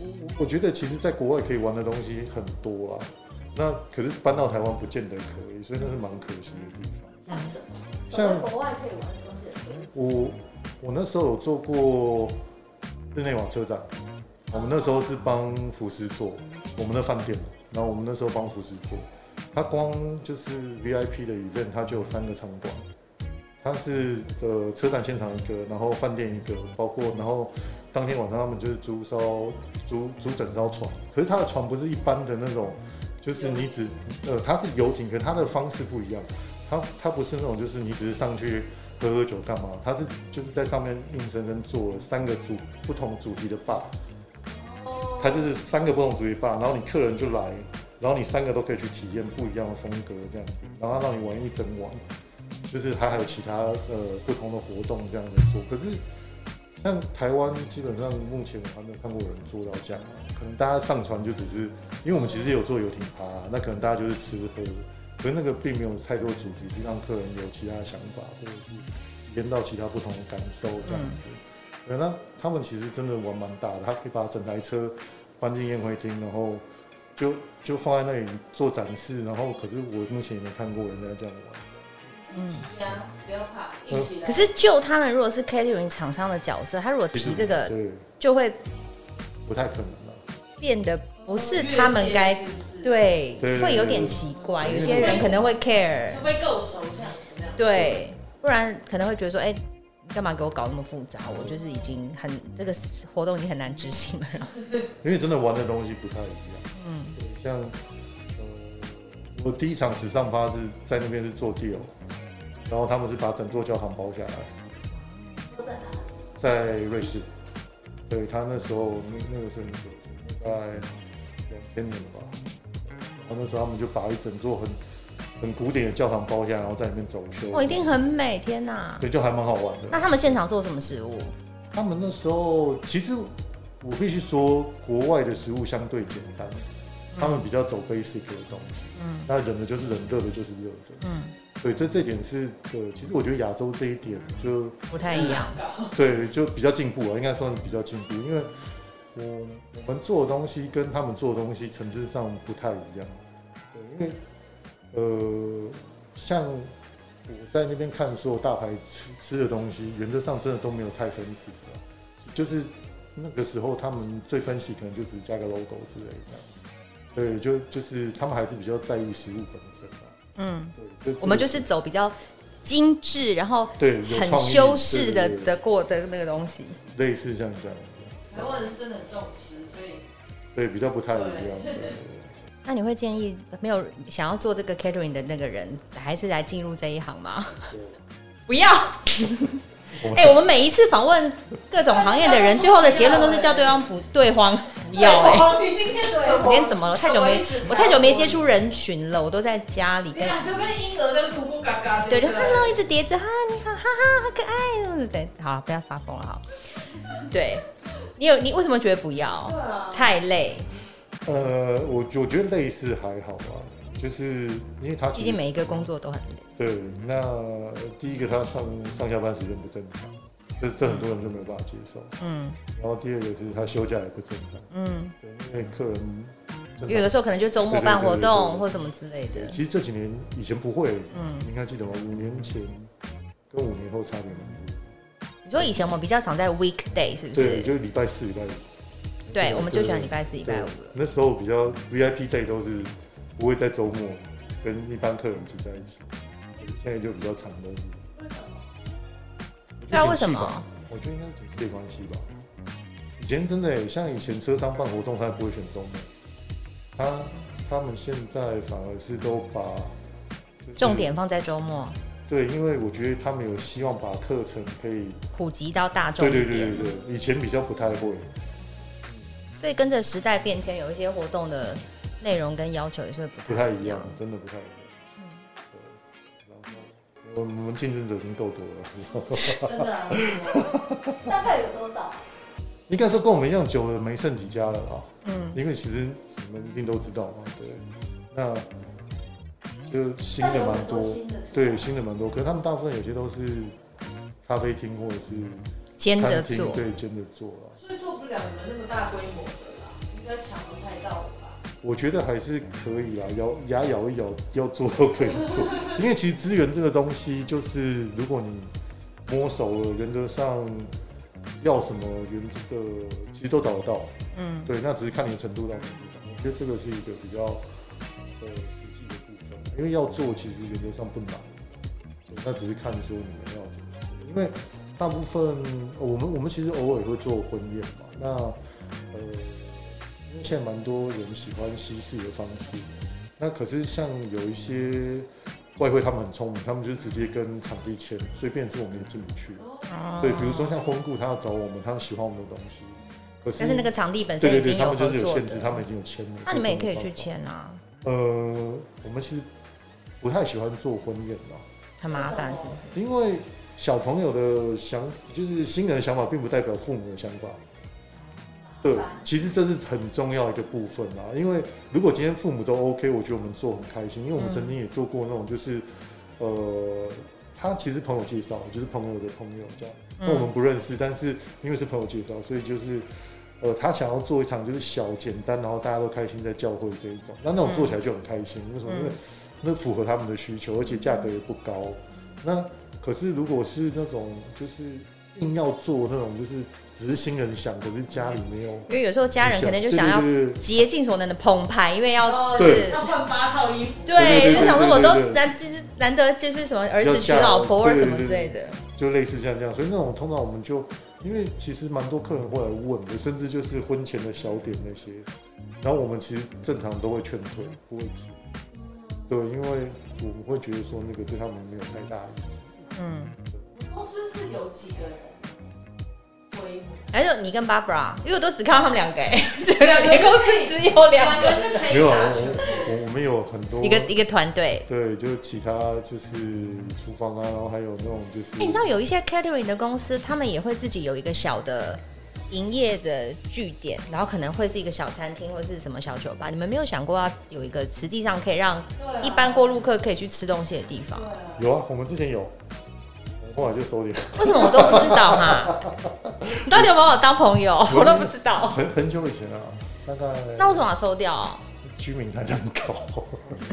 Speaker 5: 我我我觉得其实在国外可以玩的东西很多啦，那可是搬到台湾不见得可以，所以那是蛮可惜的地方。
Speaker 1: 像什么？
Speaker 5: 像
Speaker 1: 国外可以玩的东西很多。
Speaker 5: 我我那时候有做过日内瓦车展，我们那时候是帮福斯做我们的饭店，然后我们那时候帮福斯做，它光就是 VIP 的 event 它就有三个场馆，它是呃车展现场一个，然后饭店一个，包括然后当天晚上他们就是租艘租租整艘船，可是它的船不是一般的那种，就是你只呃它是游艇，可它的方式不一样，它它不是那种就是你只是上去。喝喝酒干嘛？它是就是在上面硬生生做了三个主不同主题的 bar，它就是三个不同主题 bar，然后你客人就来，然后你三个都可以去体验不一样的风格这样子，然后它让你玩一整晚，就是它还有其他呃不同的活动这样子做。可是像台湾基本上目前我还没有呃看过有人做到这样，可能大家上船就只是因为我们其实也有做游艇趴，那可能大家就是吃喝。可是那个并没有太多主题，去让客人有其他的想法，或者是体验到其他不同的感受这样子。对，那他们其实真的玩蛮大的，他可以把整台车搬进宴会厅，然后就就放在那里做展示。然后，可是我目前也没看过人家这样玩。
Speaker 2: 嗯。
Speaker 3: 对啊，不要怕，一起来。
Speaker 2: 可是就他们如果是 catering 厂商的角色，他如果
Speaker 5: 其实
Speaker 2: 提这个，
Speaker 5: 对，
Speaker 2: 就会
Speaker 5: 不太可能啊了。
Speaker 2: 变得不是他们该
Speaker 3: 越界是不是，
Speaker 2: 对
Speaker 5: 对对，
Speaker 2: 会有点奇怪。有
Speaker 5: 对
Speaker 2: 些人可能会 care，
Speaker 3: 除非够熟这样子这样。
Speaker 2: 对，不然可能会觉得说，哎、你干嘛给我搞那么复杂？我就是已经很这个活动已经很难执行了。
Speaker 5: 因为真的玩的东西不太一样。
Speaker 2: 嗯
Speaker 5: 对，像呃，我第一场时尚趴是在那边是做 deal，然后他们是把整座教堂包下来，在瑞士。对他那时候那那个时候很久大概两千年吧，然后那时候他们就把一整座很很古典的教堂包下来，然后在里面走秀。
Speaker 2: 哦我一定很美，天哪！
Speaker 5: 对，就还蛮好玩的。
Speaker 2: 那他们现场做什么食物？
Speaker 5: 他们那时候其实我必须说，国外的食物相对简单，他们比较走 basic 的东西。嗯，那冷的就是冷，热的就是热的。
Speaker 2: 嗯，
Speaker 5: 对，这这点是呃，其实我觉得亚洲这一点就
Speaker 2: 不太一样。
Speaker 5: 对就比较进步了，应该算比较进步，因为我我们做的东西跟他们做的东西层次上不太一样。对，因为呃，像我在那边看所有大牌吃吃的东西，原则上真的都没有太分析的，就是那个时候他们最分析可能就只是加个 logo 之类的。对，就就是他们还是比较在意食物本身吧。
Speaker 2: 嗯，
Speaker 5: 对，
Speaker 2: 我们就是走比较精致，然后
Speaker 5: 对有
Speaker 2: 很
Speaker 5: 创意
Speaker 2: 修饰
Speaker 5: 对
Speaker 2: 的
Speaker 5: 对对
Speaker 2: 的过的那个东西。
Speaker 5: 类似像这样，
Speaker 3: 台湾人真的很重吃，所以
Speaker 5: 对，比较不太一样。对
Speaker 2: 那你会建议没有想要做这个 catering 的那个人，还是来进入这一行吗？
Speaker 5: 对
Speaker 2: 不要！
Speaker 5: 我们
Speaker 2: 哎、我们每一次访问各种行业的人，最后的结论都是叫对方不对方不要、哎，
Speaker 3: 哎，你今天怎么？
Speaker 2: 我今天怎么了？太久没我太久没接，触人群了，我都在家里
Speaker 3: 你
Speaker 5: 啊
Speaker 2: 跟
Speaker 3: 俩都跟婴儿在哭哭嘎嘎的，
Speaker 2: 对，就
Speaker 3: 不
Speaker 2: hello 一直叠着哈你好哈哈好可爱，什么之类的。好，不要发疯了哈。对，你有你为什么觉得不要？
Speaker 3: 对啊，
Speaker 2: 太累，
Speaker 5: 呃，我我觉得类似还好吧，就是因为他
Speaker 2: 毕
Speaker 5: 其
Speaker 2: 竟
Speaker 5: 实
Speaker 2: 每一个工作都很累。
Speaker 5: 对，那第一个他上上下班时间不正常，这这很多人就没有办法接受。
Speaker 2: 嗯
Speaker 5: 然后第二个是他休假也不正常，
Speaker 2: 嗯，
Speaker 5: 对，因为客人正常
Speaker 2: 有的时候可能就周末办活
Speaker 5: 对对对对
Speaker 2: 动
Speaker 5: 对
Speaker 2: 或什么之类的。
Speaker 5: 其实这几年以前不会，
Speaker 2: 嗯
Speaker 5: 你应该记得吗？五年前跟五年后差别蛮多。
Speaker 2: 你说以前我们比较常在 weekday 是不
Speaker 5: 对，
Speaker 2: 是？
Speaker 5: 就是礼拜四、礼拜五。
Speaker 2: 对，我们就喜欢礼拜四、礼拜五
Speaker 5: 对
Speaker 2: 了。
Speaker 5: 那时候比较 VIP day 都是不会在周末跟一般客人挤在一起，现在就比较常都是。
Speaker 2: 对啊，为什么？
Speaker 5: 我觉得应该是景气的关系吧。以前真的耶、像以前车商办活动，他也不会选周末，他他们现在反而是都把、就是
Speaker 2: 重点放在周末，
Speaker 5: 对，因为我觉得他们有希望把课程可以，
Speaker 2: 普及到大众
Speaker 5: 对
Speaker 2: 一
Speaker 5: 对
Speaker 2: 点。
Speaker 5: 对对对，以前比较不太会，
Speaker 2: 所以跟着时代变迁，有一些活动的内容跟要求也是会
Speaker 5: 不
Speaker 2: 不太
Speaker 5: 太一
Speaker 2: 一
Speaker 5: 样
Speaker 2: 样。，
Speaker 5: 真的不太一样。
Speaker 2: 嗯
Speaker 5: 对，然后我们竞争者已经够多了，
Speaker 3: 真的啊，
Speaker 1: 大概有多少？
Speaker 5: 应该说跟我们一样久了没剩几家了啦。
Speaker 2: 嗯，
Speaker 5: 因为其实你们一定都知道嘛，对，那就新
Speaker 1: 但
Speaker 5: 的
Speaker 1: 有
Speaker 5: 蛮
Speaker 1: 很多
Speaker 5: 多，
Speaker 1: 新的出来
Speaker 5: 对，新的蛮多，可是他们大部分有些都是咖啡厅或者是
Speaker 2: 兼着
Speaker 5: 餐厅，
Speaker 2: 做。
Speaker 5: 对，兼着做了。
Speaker 3: 所以做不了你们那么大规模的啦，应该抢不太到吧？
Speaker 5: 我觉得还是可以啦，咬牙咬一咬，要做都可以 做。因为其实资源这个东西，就是如果你摸熟了，原则上要什么原这个其实都找得到。
Speaker 2: 嗯，
Speaker 5: 对，那只是看你的程度到什么地方。我觉得这个是一个比较呃实际的部分，因为要做其实原则上不难，对，那只是看说你们要怎么做。因为大部分、呃我们我们其实偶尔会做婚宴嘛，那呃，因为现在蛮多人喜欢西式的方式，那可是像有一些。外汇他们很聪明，他们就直接跟场地签，所以变成是我们也进不去。
Speaker 2: 哦
Speaker 5: 对，比如说像婚顾，他要找我们，他喜欢我们的东西，可是
Speaker 2: 但是那个场地本身
Speaker 5: 对对
Speaker 2: 已
Speaker 5: 对，
Speaker 2: 经
Speaker 5: 他
Speaker 2: 有
Speaker 5: 们就
Speaker 2: 合
Speaker 5: 是有
Speaker 2: 作
Speaker 5: 限制，他
Speaker 2: 的，
Speaker 5: 们已经有签了。
Speaker 2: 那你们也可以
Speaker 5: 所
Speaker 2: 去
Speaker 5: 没
Speaker 2: 签啊，
Speaker 5: 办法。呃，我们其实不太喜欢做婚宴嘛，
Speaker 2: 很麻烦是不是？
Speaker 5: 因为小朋友的想，就是新人的想法，并不代表父母的想法。对，其实这是很重要一个部分啦。因为如果今天父母都 OK，我觉得我们做很开心，因为我们曾经也做过那种，就是、呃，他其实朋友介绍，就是朋友的朋友这样。那我们不认识，但是因为是朋友介绍，所以就是呃，他想要做一场就是小简单，然后大家都开心在教会这一种，那那种做起来就很开心。为什么？因为那符合他们的需求，而且价格也不高。那可是如果是那种就是硬要做那种就是只是新人想，可是家里没有想，
Speaker 2: 因为有时候家人可能就想要
Speaker 5: 对对对对
Speaker 2: 竭尽所能的澎湃，因为要
Speaker 3: 哦
Speaker 2: 就是
Speaker 3: 要换八套衣服，
Speaker 5: 对对
Speaker 2: 对，就想说我
Speaker 5: 对
Speaker 2: 都
Speaker 5: 对对
Speaker 2: 难，就是难得就是什么儿子娶
Speaker 5: 要嫁
Speaker 2: 老婆或者
Speaker 5: 对
Speaker 2: 什
Speaker 5: 对
Speaker 2: 么之
Speaker 5: 对
Speaker 2: 类的，
Speaker 5: 就类似像这样。所以那种通常我们就因为其实蛮多客人会来问的，甚至就是婚前的小点那些，然后我们其实正常都会劝退，不会提。对，因为我们会觉得说那个对他们没有太大意义。
Speaker 2: 嗯，
Speaker 3: 公司是有几个人？规模
Speaker 2: 还有你跟 Barbara，因为我都只看到他们两个、 欸，所以你公司只有两个，
Speaker 3: 就可
Speaker 5: 没有啊，
Speaker 3: 打
Speaker 5: 我我我们有很多
Speaker 2: 哎一个一个团队。
Speaker 5: 对，就是其他就是厨房啊，然后还有那种就是，
Speaker 2: 哎、你知道有一些 catering 的公司，他们也会自己有一个小的营业的据点，然后可能会是一个小餐厅或是什么小酒吧。你们没有想过要有一个实际上可以让
Speaker 3: 对啊
Speaker 2: 一般过路客可以去吃东西的地 方
Speaker 3: 对？啊
Speaker 5: 有啊，我们之前有，我们后来就收敛，
Speaker 2: 为什么我都不知道哈？你到底有没有把我当朋友？
Speaker 5: 我
Speaker 2: 我都不知道。
Speaker 5: 很 很久以前啊，大概
Speaker 2: 那为什么要收掉、啊？
Speaker 5: 居民太难搞，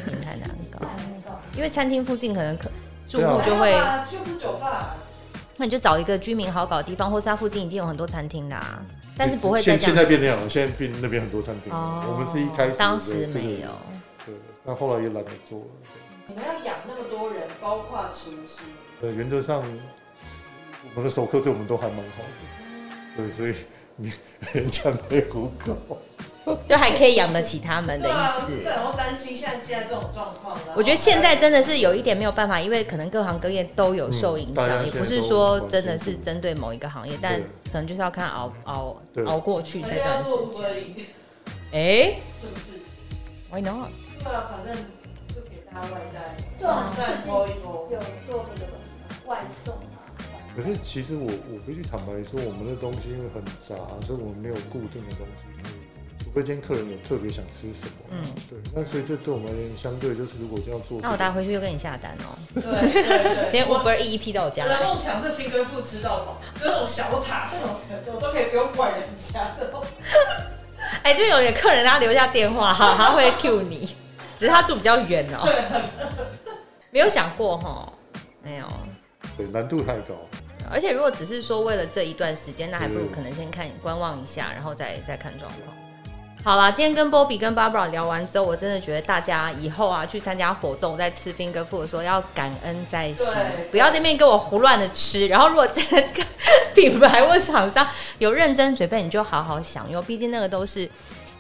Speaker 2: 你太难搞，
Speaker 3: 难搞
Speaker 2: 因为餐厅附近可能可住
Speaker 5: 对啊
Speaker 2: 户就会
Speaker 3: 没有，啊就是酒吧，
Speaker 2: 那你就找一个居民好搞的地方，或是它附近已经有很多餐厅啦、 但是不会再
Speaker 5: 现
Speaker 2: 这样
Speaker 5: 现在变那样了，现在变那边很多餐厅了，
Speaker 2: 哦。
Speaker 5: 我们是一开始
Speaker 2: 当
Speaker 5: 的
Speaker 2: 时没有，，
Speaker 5: 对对，那后来也懒得做了。
Speaker 3: 你们要养那么多人，包括厨师，
Speaker 5: 呃，原则上我们的熟客对我们都还蛮好的，对，所以你 人家没有狗，
Speaker 2: 就还可以养得起他们的
Speaker 3: 对
Speaker 2: 意
Speaker 3: 啊，我
Speaker 2: 思
Speaker 3: 是。很后担心像现在这种状况啦。
Speaker 2: 我觉得现在真的是有一点没有办法，因为可能各行各业都有受影
Speaker 5: 嗯大
Speaker 2: 响，
Speaker 5: 家
Speaker 2: 也
Speaker 5: 现在
Speaker 2: 不是说真的是针对某一个行业，但
Speaker 5: 对
Speaker 2: 可能就是要看熬熬
Speaker 5: 对
Speaker 2: 熬过去这
Speaker 3: 还要
Speaker 2: 段时
Speaker 3: 做不
Speaker 2: 间。
Speaker 3: 归，
Speaker 2: 哎
Speaker 3: 是不是？
Speaker 2: ，Why not？
Speaker 3: 对啊，反正就给大家外带，
Speaker 1: 对啊
Speaker 3: 再
Speaker 1: 最近
Speaker 3: 拖一拖。
Speaker 1: 有做这个东西吗外送啊，
Speaker 5: 可是其实我我必须坦白说，我们的东西因为很杂，所以我们没有固定的东西可以，除非今天客人有特别想吃什么，
Speaker 2: 嗯
Speaker 5: 嗯，对，那所以这对我们而言，相对就是如果这样做，
Speaker 2: 那我打回去就跟你下单哦，
Speaker 3: 对对对，
Speaker 2: 直接 Uber E 批到我家
Speaker 3: 我的
Speaker 2: 来。
Speaker 3: 梦想是 finger food 吃到饱，就那种小塔什么的，我都可以不用管人家的。
Speaker 2: 哎，就有一个客人他留下电话，哈，他会 Q 你，只是他住比较远哦。
Speaker 3: 啊
Speaker 2: 没有想过哈，没有。
Speaker 5: 对难度太高，
Speaker 2: 而且如果只是说为了这一段时间，那还不如
Speaker 5: 对
Speaker 2: 可能先看观望一下，然后再再看状况。好啦，今天跟 Bobby 跟 Barbara 聊完之后，我真的觉得大家以后啊去参加活动，在吃 finger food 的时候要感恩在心
Speaker 3: 对，
Speaker 2: 不要在那边给我胡乱的吃。然后如果这个 品牌或厂商有认真准备，你就好好享用，毕竟那个都是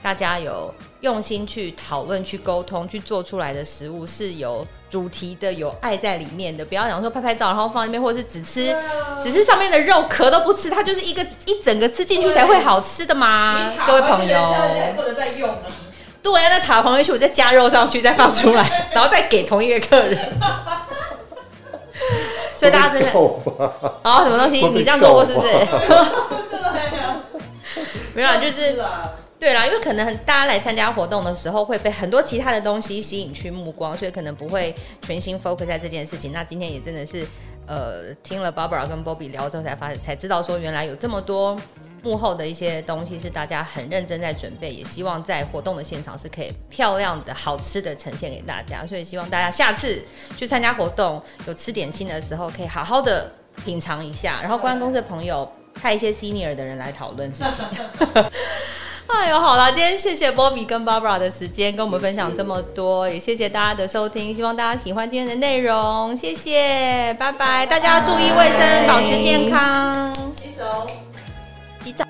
Speaker 2: 大家有用心去讨论、去沟通、去做出来的食物是有主题的、有爱在里面的。不要想说拍拍照然后放在那边，或者是只吃
Speaker 3: 对啊
Speaker 2: 只是上面的肉壳都不吃，它就是一个一整个吃进去才会好吃的嘛
Speaker 3: 你，塔
Speaker 2: 啊各位
Speaker 3: 完
Speaker 2: 朋
Speaker 3: 人家人家也
Speaker 2: 友。
Speaker 3: 不能再用了。
Speaker 2: 对啊，那塔旁边去，我再加肉上去，再放出来，然后再给同一个客人。 所以大家真 的
Speaker 5: 会被告吧
Speaker 2: 哦，什么东西？
Speaker 5: 会被
Speaker 2: 你这样做过是不是？
Speaker 3: 对啊，
Speaker 2: 没有啦，就是
Speaker 3: 啊，
Speaker 2: 对啦，因为可能很大家来参加活动的时候会被很多其他的东西吸引去目光，所以可能不会全心 focus 在这件事情。那今天也真的是，呃，听了 Barbara 跟 Bobby 聊之后才发才知道说，原来有这么多幕后的一些东西是大家很认真在准备，也希望在活动的现场是可以漂亮的好吃的呈现给大家。所以希望大家下次去参加活动有吃点心的时候，可以好好的品尝一下，然后公关公司的朋友派一些 senior 的人来讨论事情。 哎呦，好啦，今天谢谢 Bobby 跟 Barbara 的时间，跟我们分享这么多，也谢谢大家的收听，希望大家喜欢今天的内容，谢谢，拜拜，大家要注意卫生，保持健康，
Speaker 3: 洗手。
Speaker 2: 洗澡。